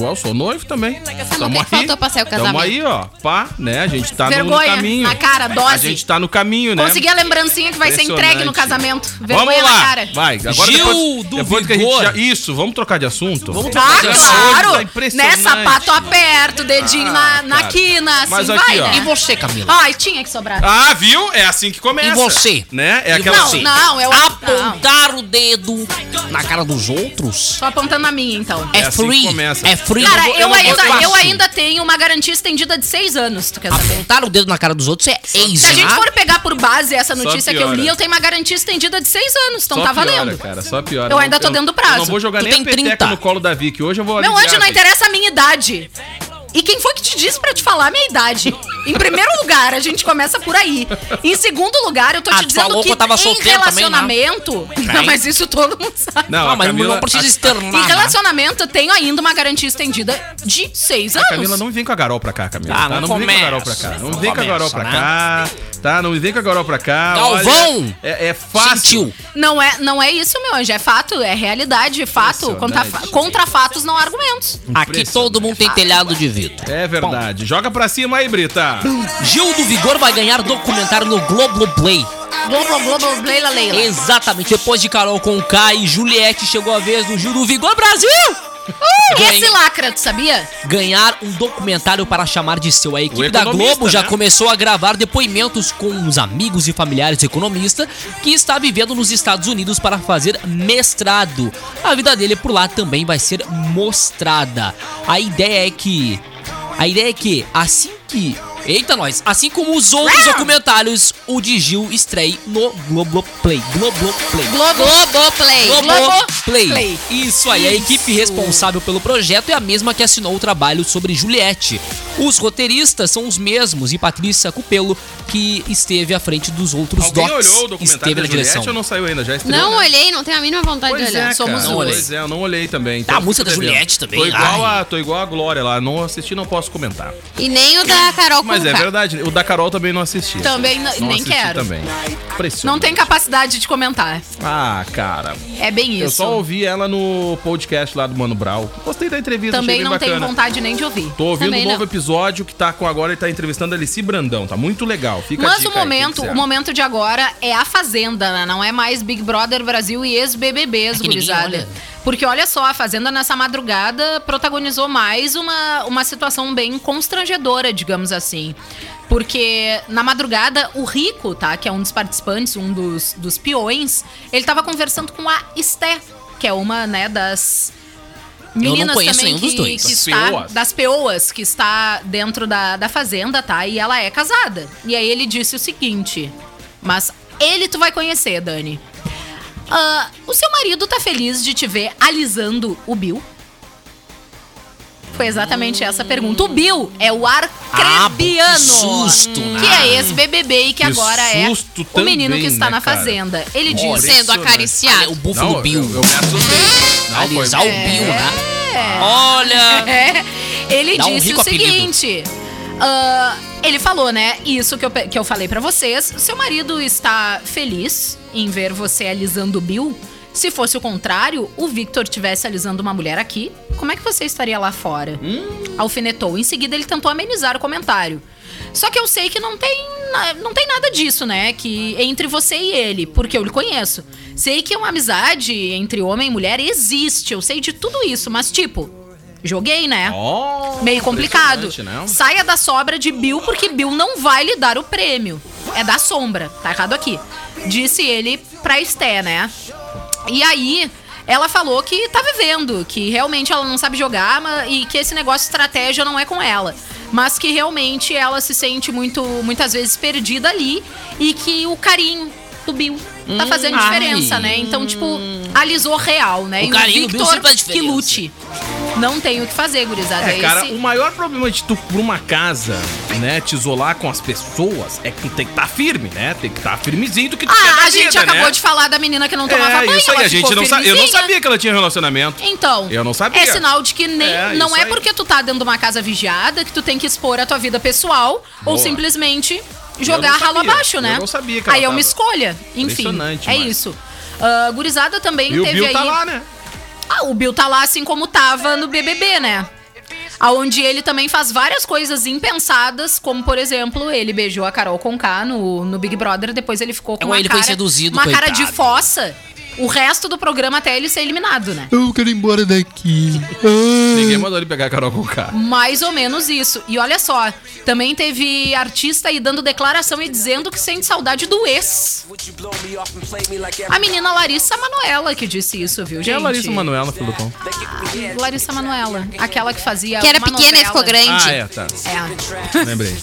Speaker 5: Ué, eu sou noivo também.
Speaker 7: é
Speaker 9: o que que faltou pra sair o
Speaker 5: Tamo
Speaker 9: casamento?
Speaker 5: aí, ó. Pá, né? A gente tá no- no
Speaker 7: Vergonha
Speaker 5: caminho.
Speaker 7: na cara, dose.
Speaker 5: A gente tá no caminho, né?
Speaker 7: Consegui a lembrancinha que vai ser entregue no casamento. Vergonha
Speaker 5: Vamos lá.
Speaker 7: na cara.
Speaker 5: Vai, agora
Speaker 10: Gil
Speaker 5: depois,
Speaker 10: do
Speaker 5: depois que a gente
Speaker 10: Vigor.
Speaker 5: já... Isso, vamos trocar de assunto. Vamos
Speaker 7: Ah, claro!
Speaker 5: Tá
Speaker 7: né?
Speaker 5: impressionante.
Speaker 7: Sapato aperto, dedinho na,
Speaker 5: Ah,
Speaker 7: na
Speaker 5: cara.
Speaker 7: quina, assim,
Speaker 5: Mas
Speaker 7: vai,
Speaker 5: aqui, ó.
Speaker 6: E
Speaker 7: né?
Speaker 6: você, Camila?
Speaker 7: Ai, tinha que sobrar.
Speaker 5: Ah, viu? É assim que começa.
Speaker 6: E você?
Speaker 5: Né? É
Speaker 6: E
Speaker 5: aquela...
Speaker 7: Não, não, eu... Não.
Speaker 6: Apontar o dedo na cara dos outros
Speaker 7: Tô apontando a minha, então.
Speaker 6: é,
Speaker 5: É assim que
Speaker 6: free.
Speaker 5: começa.
Speaker 6: é free.
Speaker 7: Cara,
Speaker 6: vou-
Speaker 7: eu,
Speaker 6: vou-
Speaker 7: ainda, eu
Speaker 5: assim.
Speaker 6: faço.
Speaker 7: ainda tenho uma garantia estendida de seis anos,
Speaker 5: Ah,
Speaker 7: tu quer saber?
Speaker 6: Apontar o dedo na cara dos outros é ex,
Speaker 7: Se a gente
Speaker 6: né?
Speaker 7: for pegar por base essa notícia que eu li,
Speaker 5: piora.
Speaker 7: eu tenho uma garantia estendida de seis anos, então
Speaker 5: Só
Speaker 7: tá
Speaker 5: piora,
Speaker 7: valendo.
Speaker 5: cara, só piora.
Speaker 7: Eu ainda tô dentro do prazo.
Speaker 5: Eu não vou jogar
Speaker 6: Tu
Speaker 5: nem
Speaker 6: tem
Speaker 5: a peteca
Speaker 6: 30.
Speaker 5: no colo da Vicky. Hoje eu vou
Speaker 7: Meu
Speaker 5: aliviar,
Speaker 7: anjo, não
Speaker 5: Vicky.
Speaker 7: interessa a minha idade. E quem foi que te disse pra te falar a minha idade? Em primeiro lugar, a gente começa por aí. Em segundo lugar, eu tô
Speaker 6: Ah,
Speaker 7: te
Speaker 6: tu
Speaker 7: dizendo
Speaker 6: falou
Speaker 7: que
Speaker 6: que eu tava
Speaker 7: em
Speaker 6: solteiro também, né?
Speaker 7: relacionamento... Não, mas isso todo mundo sabe.
Speaker 5: Não,
Speaker 6: Ah,
Speaker 5: a
Speaker 6: mas
Speaker 5: Camila,
Speaker 6: não precisa
Speaker 5: a-
Speaker 6: externar.
Speaker 7: Em
Speaker 6: né?
Speaker 7: relacionamento, eu tenho ainda uma garantia estendida de seis
Speaker 6: É
Speaker 7: anos.
Speaker 5: a Camila não vem com a Garol pra cá, Camila.
Speaker 6: Ah,
Speaker 5: tá?
Speaker 6: não
Speaker 5: não vem com a Garol pra
Speaker 6: começa,
Speaker 5: cá. Não
Speaker 6: não
Speaker 5: vem com a Garol
Speaker 6: começa,
Speaker 5: pra
Speaker 6: né?
Speaker 5: cá. Tá, não vem com a Garol pra cá.
Speaker 6: Galvão!
Speaker 5: Olha, é, é fácil.
Speaker 6: Sentiu.
Speaker 7: Não é, não é isso, meu anjo. É fato, é realidade, fato. Contra, fa- contra fatos, não há argumentos.
Speaker 6: Aqui todo mundo tem telhado de vidro.
Speaker 5: É verdade. Joga pra cima aí, Brita.
Speaker 6: Gil do Vigor vai ganhar documentário no Globoplay.
Speaker 7: Blá, blá, blá, blá, leila, leila.
Speaker 6: Exatamente, depois de Carol Conká e Juliette chegou a vez do Gil do Vigor Brasil! Ganha-
Speaker 7: Esse lacra, tu sabia?
Speaker 6: ganhar um documentário para chamar de seu. A equipe
Speaker 5: O
Speaker 6: da
Speaker 5: economista,
Speaker 6: Globo já
Speaker 5: né?
Speaker 6: começou a gravar depoimentos com os amigos e familiares do economista que está vivendo nos Estados Unidos para fazer mestrado. A vida dele por lá também vai ser mostrada. A ideia é que a ideia é que assim que Eita nós, assim como os outros documentários, o de Gil estreia no Globoplay. Globoplay.
Speaker 7: Globo.
Speaker 9: Globoplay.
Speaker 6: Globo Play.
Speaker 7: Play.
Speaker 6: Isso aí, a equipe responsável pelo projeto é a mesma que assinou o trabalho sobre Juliette. Os roteiristas são os mesmos e Patrícia Cupelo, que esteve à frente dos outros
Speaker 5: Alguém
Speaker 6: docs.
Speaker 5: olhou o documentário
Speaker 6: esteve
Speaker 5: da
Speaker 6: na
Speaker 5: Juliette
Speaker 6: direção.
Speaker 5: ou não saiu ainda? Já estreou,
Speaker 9: Não
Speaker 5: né?
Speaker 9: olhei, não tenho a mínima vontade
Speaker 5: Pois
Speaker 9: de
Speaker 5: é,
Speaker 9: olhar.
Speaker 5: cara.
Speaker 7: Somos
Speaker 5: não
Speaker 6: dois.
Speaker 5: Pois é, eu não olhei também.
Speaker 6: Tá, a música da
Speaker 5: tô devendo.
Speaker 6: Juliette também,
Speaker 5: Tô igual,
Speaker 6: ai.
Speaker 5: a, tô igual a Glória lá. Não assisti, não posso comentar.
Speaker 9: um. E nem o da Carol
Speaker 5: Mas é
Speaker 9: Conká.
Speaker 5: verdade. O da Carol também não assisti.
Speaker 7: Também não-
Speaker 5: não,
Speaker 7: nem
Speaker 5: assisti
Speaker 7: quero.
Speaker 5: também.
Speaker 7: Não
Speaker 5: Impressionante.
Speaker 7: tem capacidade de comentar.
Speaker 5: Ah, cara.
Speaker 7: É bem isso.
Speaker 5: Eu só ouvi ela no podcast lá do Mano Brau. Gostei da entrevista,
Speaker 7: Também
Speaker 5: achei bem
Speaker 7: não
Speaker 5: bacana.
Speaker 7: tenho vontade nem de ouvir.
Speaker 5: Tô ouvindo
Speaker 9: Também
Speaker 5: um novo
Speaker 9: não.
Speaker 5: episódio que tá com agora e tá entrevistando a Alice Brandão. Tá muito legal. Fica a
Speaker 7: Mas
Speaker 5: dica
Speaker 7: o
Speaker 5: aí,
Speaker 7: momento,
Speaker 5: quem quiser.
Speaker 7: o momento de agora é a Fazenda, né? Não é mais Big Brother Brasil e ex-BBBs,
Speaker 6: que ninguém
Speaker 7: gurizada.
Speaker 6: olha.
Speaker 7: Porque olha só, a Fazenda nessa madrugada protagonizou mais uma, uma situação bem constrangedora, digamos assim. Porque na madrugada, o Rico, tá? Que é um dos participantes, um dos, dos peões, ele tava conversando com a Esté, que é uma, né, das.
Speaker 6: não
Speaker 7: Meninas
Speaker 6: conheço
Speaker 7: também
Speaker 6: nenhum dos
Speaker 7: que-
Speaker 6: dois.
Speaker 7: que
Speaker 5: Das
Speaker 7: está-
Speaker 5: peoas.
Speaker 7: das peoas que está dentro da, da fazenda, tá? E ela é casada. E aí ele disse o seguinte: Mas ele tu vai conhecer, Dani. Ah, o seu marido tá feliz de te ver alisando o Bill? Foi exatamente essa a pergunta. O Bill é o
Speaker 6: Hum. Ah, bom, que
Speaker 7: Arcrebiano.
Speaker 6: susto, né?
Speaker 7: que é ex-BBB e que,
Speaker 5: Que
Speaker 7: agora é
Speaker 5: susto
Speaker 7: o menino que
Speaker 5: também,
Speaker 7: está
Speaker 5: né,
Speaker 7: na
Speaker 5: cara?
Speaker 7: fazenda. Ele
Speaker 6: Olha.
Speaker 7: disse.
Speaker 9: Sendo acariciado.
Speaker 6: Ah, O
Speaker 5: né?
Speaker 6: búfalo Bill.
Speaker 5: Eu, eu me assustei. Não, foi-
Speaker 6: Alisar o Bill, né? Olha...
Speaker 7: É, ele
Speaker 6: Dá um
Speaker 7: disse
Speaker 6: rico
Speaker 7: o seguinte. ah, ele falou, né? Isso que eu, pe- que eu falei pra vocês. Seu marido está feliz em ver você alisando o Bill? Se fosse o contrário, o Victor tivesse alisando uma mulher aqui, como é que você estaria lá fora? Alfinetou. Em seguida, ele tentou amenizar o comentário. Só que eu sei que não tem, na- não tem nada disso, né? Que entre você e ele, porque eu lhe conheço. Sei que uma amizade entre homem e mulher existe, eu sei de tudo isso, mas tipo, joguei, né?
Speaker 5: Ó,
Speaker 7: Meio complicado.
Speaker 5: impressionante, né?
Speaker 7: Saia da sobra de Bill, porque Bill não vai lhe dar o prêmio. É da sombra, tá errado aqui. Disse ele pra Esté, né? E aí, ela falou que tá vivendo, que realmente ela não sabe jogar ma- e que esse negócio de estratégia não é com ela. Mas que realmente ela se sente muito, muitas vezes perdida ali e que o carinho do Bill tá fazendo
Speaker 6: Hum, ai.
Speaker 7: diferença, né? Então, tipo, alisou real, né?
Speaker 6: O
Speaker 7: e
Speaker 6: carinho do
Speaker 7: o
Speaker 6: Bill
Speaker 7: Victor
Speaker 6: sempre faz
Speaker 7: que
Speaker 6: diferença.
Speaker 7: lute. Não tem o que fazer, gurizada.
Speaker 5: É, cara,
Speaker 7: Esse-
Speaker 5: o maior problema de tu ir pra uma casa, né, te isolar com as pessoas, é que tu tem que estar firme, né? Tem que estar firmezinho do que tu quer
Speaker 7: Ah,
Speaker 5: da
Speaker 7: a gente
Speaker 5: vida,
Speaker 7: acabou
Speaker 5: né?
Speaker 7: de falar da menina que não tomava
Speaker 5: É,
Speaker 7: banho.
Speaker 5: isso aí,
Speaker 7: ela
Speaker 5: a gente
Speaker 7: ficou
Speaker 5: não sabia. Eu não
Speaker 7: firmezinha.
Speaker 5: sabia que ela tinha relacionamento.
Speaker 7: Então,
Speaker 5: Eu não sabia.
Speaker 7: é sinal de que nem
Speaker 5: É,
Speaker 7: não
Speaker 5: isso
Speaker 7: é
Speaker 5: aí.
Speaker 7: porque tu tá dentro de uma casa vigiada que tu tem que expor a tua vida pessoal ou
Speaker 5: Boa.
Speaker 7: simplesmente jogar
Speaker 5: Eu não
Speaker 7: ralo
Speaker 5: sabia.
Speaker 7: abaixo, né?
Speaker 5: Eu não sabia que ela
Speaker 7: Aí é uma
Speaker 5: tava.
Speaker 7: escolha, enfim.
Speaker 5: Impressionante,
Speaker 7: É
Speaker 5: mas-
Speaker 7: isso. Ah, gurizada também
Speaker 5: E o
Speaker 7: teve
Speaker 5: Bill
Speaker 7: aí
Speaker 5: tá lá, né?
Speaker 7: ah, o Bill tá lá assim como tava no BBB, né? Aonde ele também faz várias coisas impensadas, como, por exemplo, ele beijou a Carol Conká no, no Big Brother, depois ele
Speaker 9: É
Speaker 7: ficou com
Speaker 9: um
Speaker 6: Então
Speaker 7: uma,
Speaker 6: ele foi
Speaker 7: cara,
Speaker 6: seduzido,
Speaker 7: uma cara de
Speaker 6: coitado.
Speaker 7: fossa. O resto do programa até ele ser eliminado, né?
Speaker 10: Eu quero ir embora daqui.
Speaker 5: Ninguém mandou ele pegar a Carol com K.
Speaker 7: Mais ou menos isso. E olha só, também teve artista aí dando declaração e dizendo que sente saudade do ex. A menina Larissa Manoela que disse isso, viu,
Speaker 5: Quem
Speaker 7: gente?
Speaker 5: é a Larissa Manoela, Filipão?
Speaker 7: Larissa Manoela, aquela que fazia
Speaker 9: Que era
Speaker 7: É uma
Speaker 9: pequena e
Speaker 7: novela.
Speaker 9: ficou grande.
Speaker 5: Ah, é, tá.
Speaker 7: É.
Speaker 5: Lembrei.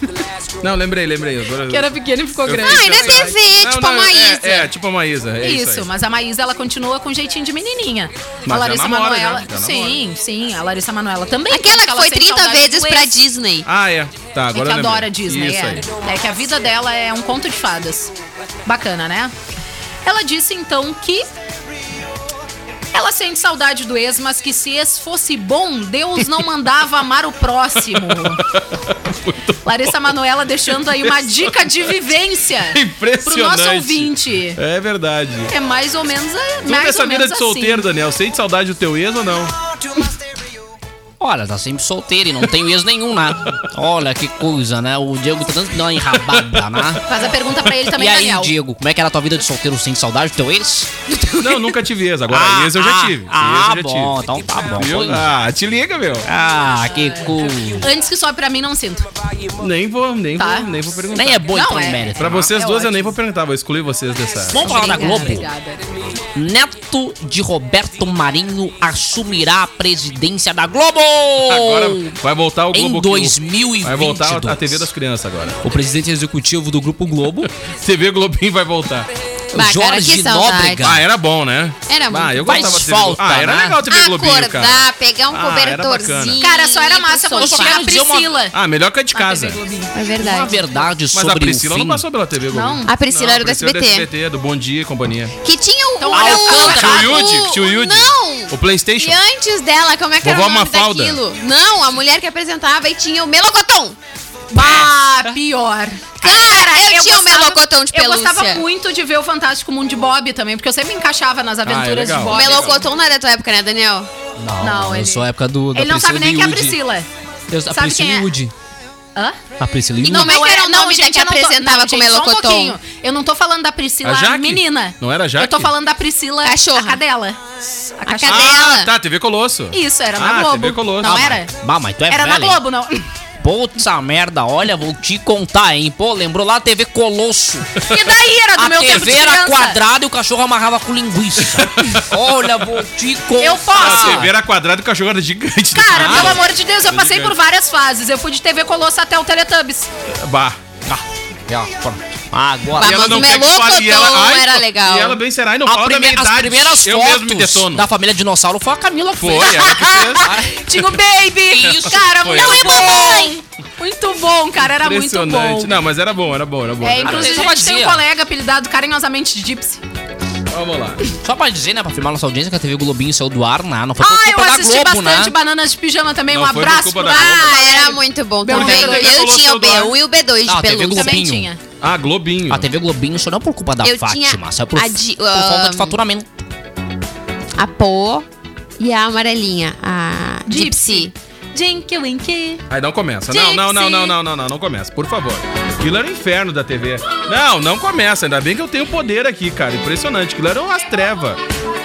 Speaker 5: Não, lembrei, lembrei. Agora...
Speaker 7: Que era pequena e ficou
Speaker 5: Eu
Speaker 7: grande.
Speaker 5: fiquei
Speaker 9: Ah, ele é
Speaker 5: pensando-
Speaker 9: TV, tipo a Maísa.
Speaker 5: É, é, tipo a Maísa. É isso,
Speaker 7: Isso,
Speaker 5: aí.
Speaker 7: mas a Maísa ela continua com jeitinho de menininha.
Speaker 5: Mas
Speaker 7: a
Speaker 5: já
Speaker 7: Larissa
Speaker 5: namora,
Speaker 7: Manoela.
Speaker 5: já, já
Speaker 7: sim, sim, a Larissa Manoela também.
Speaker 5: é.
Speaker 9: Aquela
Speaker 7: diz
Speaker 9: que
Speaker 7: ela
Speaker 9: foi
Speaker 7: sente
Speaker 9: 30
Speaker 7: saudade
Speaker 9: vezes
Speaker 7: do
Speaker 9: pra
Speaker 7: ex.
Speaker 9: Disney.
Speaker 5: Ah, é. Tá, agora
Speaker 7: é que
Speaker 5: eu lembrei.
Speaker 7: adora a Disney,
Speaker 5: Isso
Speaker 7: é.
Speaker 5: aí.
Speaker 7: É que a vida dela é um conto de fadas. Bacana, né? Ela disse então que ela sente saudade do ex, mas que se ex fosse bom, Deus não mandava amar o próximo. Larissa Manoela deixando aí uma dica de vivência pro
Speaker 5: Impressionante.
Speaker 7: nosso ouvinte.
Speaker 5: É verdade.
Speaker 7: É mais ou menos a
Speaker 5: Tu
Speaker 7: mais
Speaker 5: essa
Speaker 7: ou
Speaker 5: vida
Speaker 7: menos assim.
Speaker 5: de solteiro, Daniel, sente saudade do teu ex ou não?
Speaker 6: Olha, tá sempre solteiro e não tem ex nenhum, né? Olha que coisa, né? O Diego tá dando uma enrabada,
Speaker 7: Assim.
Speaker 6: né?
Speaker 7: Faz a pergunta pra ele também,
Speaker 6: e aí,
Speaker 7: Daniel.
Speaker 6: Diego, como é que era a tua vida de solteiro sem saudade do teu ex?
Speaker 5: Não, nunca tive ex. Agora, ex eu já tive.
Speaker 6: Ah,
Speaker 5: ex eu já
Speaker 6: bom,
Speaker 5: tive.
Speaker 6: então tá bom.
Speaker 5: Viu?
Speaker 6: pois.
Speaker 5: Ah, te liga, meu.
Speaker 7: Tá.
Speaker 6: Ah, que coisa.
Speaker 7: Antes que sobe pra mim, não sinto.
Speaker 5: Nem vou, nem
Speaker 7: Tá.
Speaker 5: vou, nem vou perguntar.
Speaker 6: Nem é boa,
Speaker 7: Não,
Speaker 6: então,
Speaker 7: é.
Speaker 6: mérito.
Speaker 5: Pra vocês
Speaker 7: É
Speaker 5: duas eu
Speaker 7: ótimo.
Speaker 5: nem vou perguntar, vou excluir vocês dessa.
Speaker 6: Vamos falar da Globo?
Speaker 7: Obrigada.
Speaker 6: Neto de Roberto Marinho assumirá a presidência da Globo!
Speaker 5: Agora vai voltar o
Speaker 6: Em
Speaker 5: Globo
Speaker 6: 2022.
Speaker 5: Vai voltar a TV das crianças agora.
Speaker 10: O presidente executivo do Grupo Globo.
Speaker 5: TV Globinho vai voltar.
Speaker 9: Bah, cara,
Speaker 6: Jorge
Speaker 9: que saudade.
Speaker 6: Nóbrega.
Speaker 5: Ah, era bom, né?
Speaker 9: Era
Speaker 5: Ah, eu
Speaker 9: muito.
Speaker 6: Faz
Speaker 5: gostava de TV
Speaker 6: falta,
Speaker 5: Globinho. Ah, era
Speaker 6: né?
Speaker 5: legal a TV Globinho, cara.
Speaker 9: Acordar, pegar um
Speaker 5: Ah, era
Speaker 9: cobertorzinho.
Speaker 7: Cara, só era massa
Speaker 9: ir pro
Speaker 7: quando
Speaker 9: sofá.
Speaker 7: chegava a
Speaker 6: dizer uma-
Speaker 7: Priscila.
Speaker 5: Ah, melhor que a de casa.
Speaker 7: Na TV Globinho.
Speaker 9: É
Speaker 6: Uma
Speaker 9: verdade.
Speaker 6: verdade
Speaker 5: Mas
Speaker 6: sobre
Speaker 5: a Priscila
Speaker 6: o fim.
Speaker 5: não passou pela TV Globinho.
Speaker 7: Não.
Speaker 9: A Priscila era do
Speaker 5: Priscila
Speaker 9: SBT.
Speaker 5: do Bom Dia e Companhia.
Speaker 9: Que tinha um, o.
Speaker 7: Então,
Speaker 9: o-
Speaker 7: olha,
Speaker 5: Tio
Speaker 7: Ah,
Speaker 5: Yudi,
Speaker 9: o-
Speaker 5: tio Yudi.
Speaker 9: Não!
Speaker 5: O Playstation.
Speaker 9: E antes dela, como é que
Speaker 5: Vovó
Speaker 9: era o nome
Speaker 5: Mafalda.
Speaker 9: daquilo? Não, a mulher que apresentava e tinha o melocotão.
Speaker 5: É,
Speaker 7: Bah, pior.
Speaker 9: Cara, eu, tinha o melocotão de
Speaker 7: Eu
Speaker 9: pelúcia.
Speaker 7: gostava muito de ver o Fantástico Mundo de Bob também, porque eu sempre me encaixava nas aventuras
Speaker 5: legal.
Speaker 7: de
Speaker 9: O
Speaker 7: Bob.
Speaker 9: melocotão não é da tua época, né, Daniel?
Speaker 10: Não,
Speaker 7: Não,
Speaker 10: não
Speaker 7: ele-
Speaker 10: eu sou a época do, da
Speaker 7: Ele não sabe
Speaker 10: Priscila
Speaker 7: nem
Speaker 10: e
Speaker 7: que é a
Speaker 10: Yudi.
Speaker 7: Priscila.
Speaker 10: Eu- a
Speaker 7: Sabe
Speaker 10: Priscila
Speaker 7: quem é?
Speaker 10: e Woody.
Speaker 7: Hã?
Speaker 10: A Priscila e Woody.
Speaker 9: E como é que era o
Speaker 7: não,
Speaker 9: nome da
Speaker 7: gente,
Speaker 9: que
Speaker 7: eu não tô-
Speaker 9: apresentava
Speaker 7: não,
Speaker 9: com
Speaker 7: gente, só um
Speaker 9: melocotão?
Speaker 7: pouquinho. eu não tô falando da Priscila
Speaker 5: A Jaque?
Speaker 7: menina.
Speaker 5: Não era a Jaque?
Speaker 7: Eu tô falando da Priscila
Speaker 9: Cachorra.
Speaker 7: a cadela. A
Speaker 9: cadela.
Speaker 5: Ah,
Speaker 9: Ela.
Speaker 5: tá, TV Colosso.
Speaker 7: Isso, era
Speaker 5: Ah,
Speaker 7: na Globo.
Speaker 5: TV Colosso.
Speaker 7: Não
Speaker 5: Ah,
Speaker 7: era?
Speaker 6: Bah, mas tu é
Speaker 7: Era na
Speaker 6: velha, hein?
Speaker 7: Globo, não.
Speaker 6: Puta merda, olha, vou te contar, hein? Pô, lembrou lá a TV Colosso.
Speaker 7: E daí era do
Speaker 6: A
Speaker 7: meu
Speaker 6: TV
Speaker 7: tempo de
Speaker 6: era
Speaker 7: criança.
Speaker 6: quadrada e o cachorro amarrava com linguiça. olha, vou te contar.
Speaker 7: Eu posso.
Speaker 5: A TV Ah, era quadrada e o cachorro era gigante.
Speaker 7: Cara,
Speaker 5: Ah,
Speaker 7: pelo amor de Deus, eu
Speaker 5: Era
Speaker 7: passei por
Speaker 5: gigante.
Speaker 7: várias fases. Eu fui de TV Colosso até o Teletubbies.
Speaker 5: Bah.
Speaker 6: Ah, já, pronto. Agora.
Speaker 9: Bah, mas
Speaker 5: quer que
Speaker 9: o Melocotão
Speaker 5: fale, e ela- ai,
Speaker 9: era legal.
Speaker 5: E ela bem será, e não
Speaker 6: A
Speaker 5: fala da minha
Speaker 6: prime- as
Speaker 5: idade.
Speaker 6: primeiras
Speaker 5: eu mesmo me
Speaker 6: fotos
Speaker 5: detono.
Speaker 6: da família dinossauro foi a Camila que
Speaker 5: Foi,
Speaker 6: fez.
Speaker 5: ela que fez.
Speaker 7: Tinha o baby!
Speaker 6: Isso,
Speaker 7: cara,
Speaker 5: foi.
Speaker 7: não
Speaker 5: Não
Speaker 7: é mamãe! Muito bom, cara, era muito bom.
Speaker 5: Impressionante. Não, mas era bom, era bom, era bom.
Speaker 7: É,
Speaker 5: era bom.
Speaker 7: inclusive,
Speaker 6: Só
Speaker 7: a
Speaker 6: pra
Speaker 7: gente tem
Speaker 6: dizer,
Speaker 7: um
Speaker 6: ó.
Speaker 7: colega apelidado carinhosamente de Gypsy.
Speaker 5: Vamos lá.
Speaker 6: Só pra dizer, né, pra afirmar nossa audiência que a TV Globinho saiu do ar, né? Não foi por
Speaker 7: Ah, eu
Speaker 6: culpa da
Speaker 7: assisti
Speaker 6: Globo,
Speaker 7: bastante
Speaker 6: né?
Speaker 7: Bananas de Pijama também.
Speaker 5: Não,
Speaker 7: um
Speaker 5: foi por
Speaker 7: abraço
Speaker 5: culpa
Speaker 7: pro
Speaker 5: da Globo.
Speaker 7: Ah,
Speaker 9: Ah, era muito bom
Speaker 7: Bom,
Speaker 9: também.
Speaker 7: então
Speaker 5: TV
Speaker 7: a
Speaker 9: Eu
Speaker 5: Globinho
Speaker 9: tinha o
Speaker 5: soltou
Speaker 9: B1 e o B2
Speaker 6: Não, a
Speaker 9: de
Speaker 5: um
Speaker 6: TV
Speaker 9: pelúcia.
Speaker 7: Também
Speaker 6: Globinho.
Speaker 7: tinha.
Speaker 5: Ah, Globinho.
Speaker 6: A TV Globinho só não é por culpa da
Speaker 9: Eu tinha
Speaker 6: Fátima, saiu por,
Speaker 9: a de-
Speaker 6: por falta
Speaker 9: ahn,
Speaker 7: um,
Speaker 6: de faturamento.
Speaker 9: A Pô e a amarelinha, a Gypsy.
Speaker 7: Jinky Winky.
Speaker 5: Aí não começa. Não, não, não, não, não, não, não, não começa. Por favor. Aquilo era o inferno da TV. Não, não começa. Ainda bem que eu tenho poder aqui, cara. Impressionante. Aquilo era umas trevas.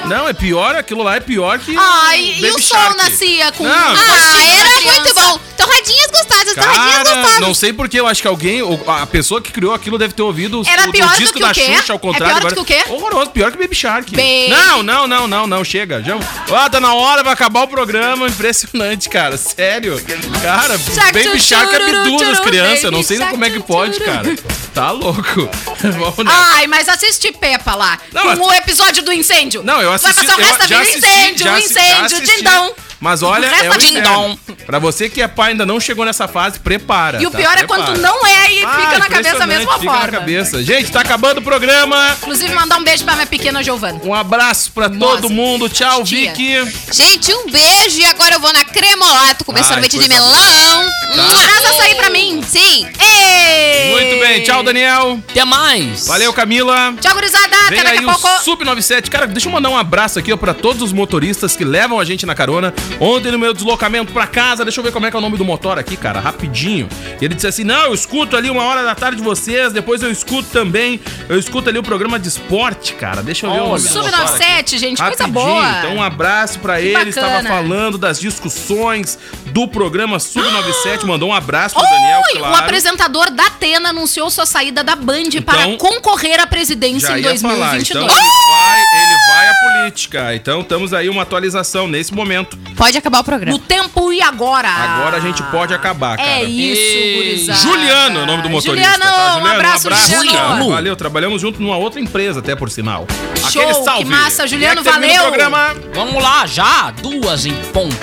Speaker 5: Não, é pior, aquilo lá é pior que.
Speaker 7: Ai, e
Speaker 5: Baby
Speaker 7: o sol
Speaker 5: Shark.
Speaker 7: nascia com-
Speaker 5: Não,
Speaker 9: Ah, era
Speaker 7: criança.
Speaker 9: muito bom. Torradinhas gostosas, torradinhas
Speaker 5: Cara,
Speaker 9: gostosas.
Speaker 5: não sei porque eu acho que alguém, ou a pessoa que criou aquilo deve ter ouvido o-
Speaker 7: Era
Speaker 5: o, do
Speaker 7: pior do
Speaker 5: disco
Speaker 7: que o
Speaker 5: da
Speaker 7: quê?
Speaker 5: Xuxa, ao
Speaker 7: É
Speaker 5: contrário.
Speaker 7: pior do que o quê?
Speaker 5: Horroroso, pior que Baby Shark.
Speaker 7: Baby-
Speaker 5: Não, não, não, não, não, chega. Já, ah, tá na hora, vai acabar o programa. Impressionante, cara, sério. Cara,
Speaker 7: Shark,
Speaker 5: Baby
Speaker 7: tchururu,
Speaker 5: Shark abduz as
Speaker 7: tchururu,
Speaker 5: crianças, não
Speaker 7: Baby
Speaker 5: sei
Speaker 7: Shark,
Speaker 5: como é que pode,
Speaker 7: tchururu. Ah,
Speaker 5: cara. Tá louco. Vamos nessa.
Speaker 7: Ai, mas assisti Peppa lá.
Speaker 5: Não,
Speaker 7: com
Speaker 5: mas-
Speaker 7: o episódio do incêndio.
Speaker 5: Não, eu assisti.
Speaker 7: Vai passar o
Speaker 5: eu
Speaker 7: resto da vida
Speaker 5: já
Speaker 7: no
Speaker 5: assisti,
Speaker 7: incêndio,
Speaker 5: já
Speaker 7: no
Speaker 5: assi- já
Speaker 7: incêndio,
Speaker 5: assisti.
Speaker 7: dindão.
Speaker 5: Mas olha,
Speaker 7: O resto
Speaker 5: é
Speaker 7: da
Speaker 5: o
Speaker 7: vida.
Speaker 5: inferno. Pra você que é pai e ainda não chegou nessa fase, prepara.
Speaker 7: E o
Speaker 5: tá?
Speaker 7: pior é
Speaker 5: Prepara.
Speaker 7: quando não é e
Speaker 5: Ah,
Speaker 7: fica na cabeça da
Speaker 5: impressionante,
Speaker 7: mesma
Speaker 5: fica
Speaker 7: forma.
Speaker 5: na cabeça. Gente, tá acabando o programa.
Speaker 7: Inclusive, mandar um beijo pra minha pequena Giovana.
Speaker 5: Um abraço pra
Speaker 7: Nossa,
Speaker 5: todo mundo. Tchau,
Speaker 7: tia.
Speaker 5: Vicky.
Speaker 9: Gente, um beijo e agora eu vou na Cremolato comer
Speaker 5: Ai,
Speaker 9: sorvete de
Speaker 5: coisa
Speaker 9: melão. Hum,
Speaker 7: Traz açaí pra mim.
Speaker 9: Sim.
Speaker 7: Ei!
Speaker 5: Muito bem. Tchau, Daniel.
Speaker 6: Até mais.
Speaker 5: Valeu, Camila.
Speaker 7: Tchau, gurizada.
Speaker 5: Vem
Speaker 7: Até
Speaker 5: aí
Speaker 7: daqui a
Speaker 5: o
Speaker 7: pouco.
Speaker 5: Sub97. Cara, deixa eu mandar um abraço aqui ó, pra todos os motoristas que levam a gente na carona. Ontem no meu deslocamento pra casa, deixa eu ver como é que é o nome do motor aqui, cara, rapidinho. Ele disse assim: Não, eu escuto ali uma hora da tarde de vocês, depois eu escuto também. Eu escuto ali o programa de esporte, cara. Deixa eu ver o nome do motor aqui.
Speaker 7: Sub97, gente, coisa
Speaker 5: Rapidinho.
Speaker 7: boa.
Speaker 5: Então, um abraço pra ele. Estava
Speaker 7: bacana.
Speaker 5: falando das discussões do programa Sub97. Mandou um abraço pro Daniel.
Speaker 7: Oi!
Speaker 5: Claro.
Speaker 7: O apresentador da Atena anunciou sua saída da Band para concorrer à presidência
Speaker 5: Então, Já
Speaker 7: em
Speaker 5: ia falar,
Speaker 7: 2022.
Speaker 5: então ele vai, ele vai à política. Então estamos aí uma atualização nesse momento.
Speaker 9: Pode acabar o
Speaker 7: No
Speaker 9: programa.
Speaker 7: tempo e agora.
Speaker 5: Agora a gente pode acabar, cara.
Speaker 7: É isso,
Speaker 6: Ei,
Speaker 7: gurizada.
Speaker 5: Juliano é o nome do motorista.
Speaker 7: Juliano,
Speaker 5: tá?
Speaker 7: um abraço, Juliano.
Speaker 5: Juliano. Valeu, trabalhamos junto numa outra empresa, até por sinal.
Speaker 7: Show,
Speaker 5: Aquele
Speaker 7: que
Speaker 5: salve.
Speaker 7: massa,
Speaker 5: E é
Speaker 7: Juliano,
Speaker 5: que termina o
Speaker 7: valeu.
Speaker 5: programa.
Speaker 6: Vamos lá, já. Duas em ponto.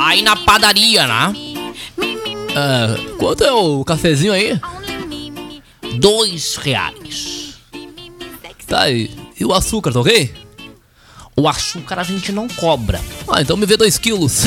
Speaker 6: Aí na padaria, né?
Speaker 10: Ah, quanto é o cafezinho aí?
Speaker 6: Dois reais.
Speaker 10: Tá aí. E o açúcar, tá ok?
Speaker 6: O açúcar a gente não cobra.
Speaker 10: Ah, então me vê dois quilos.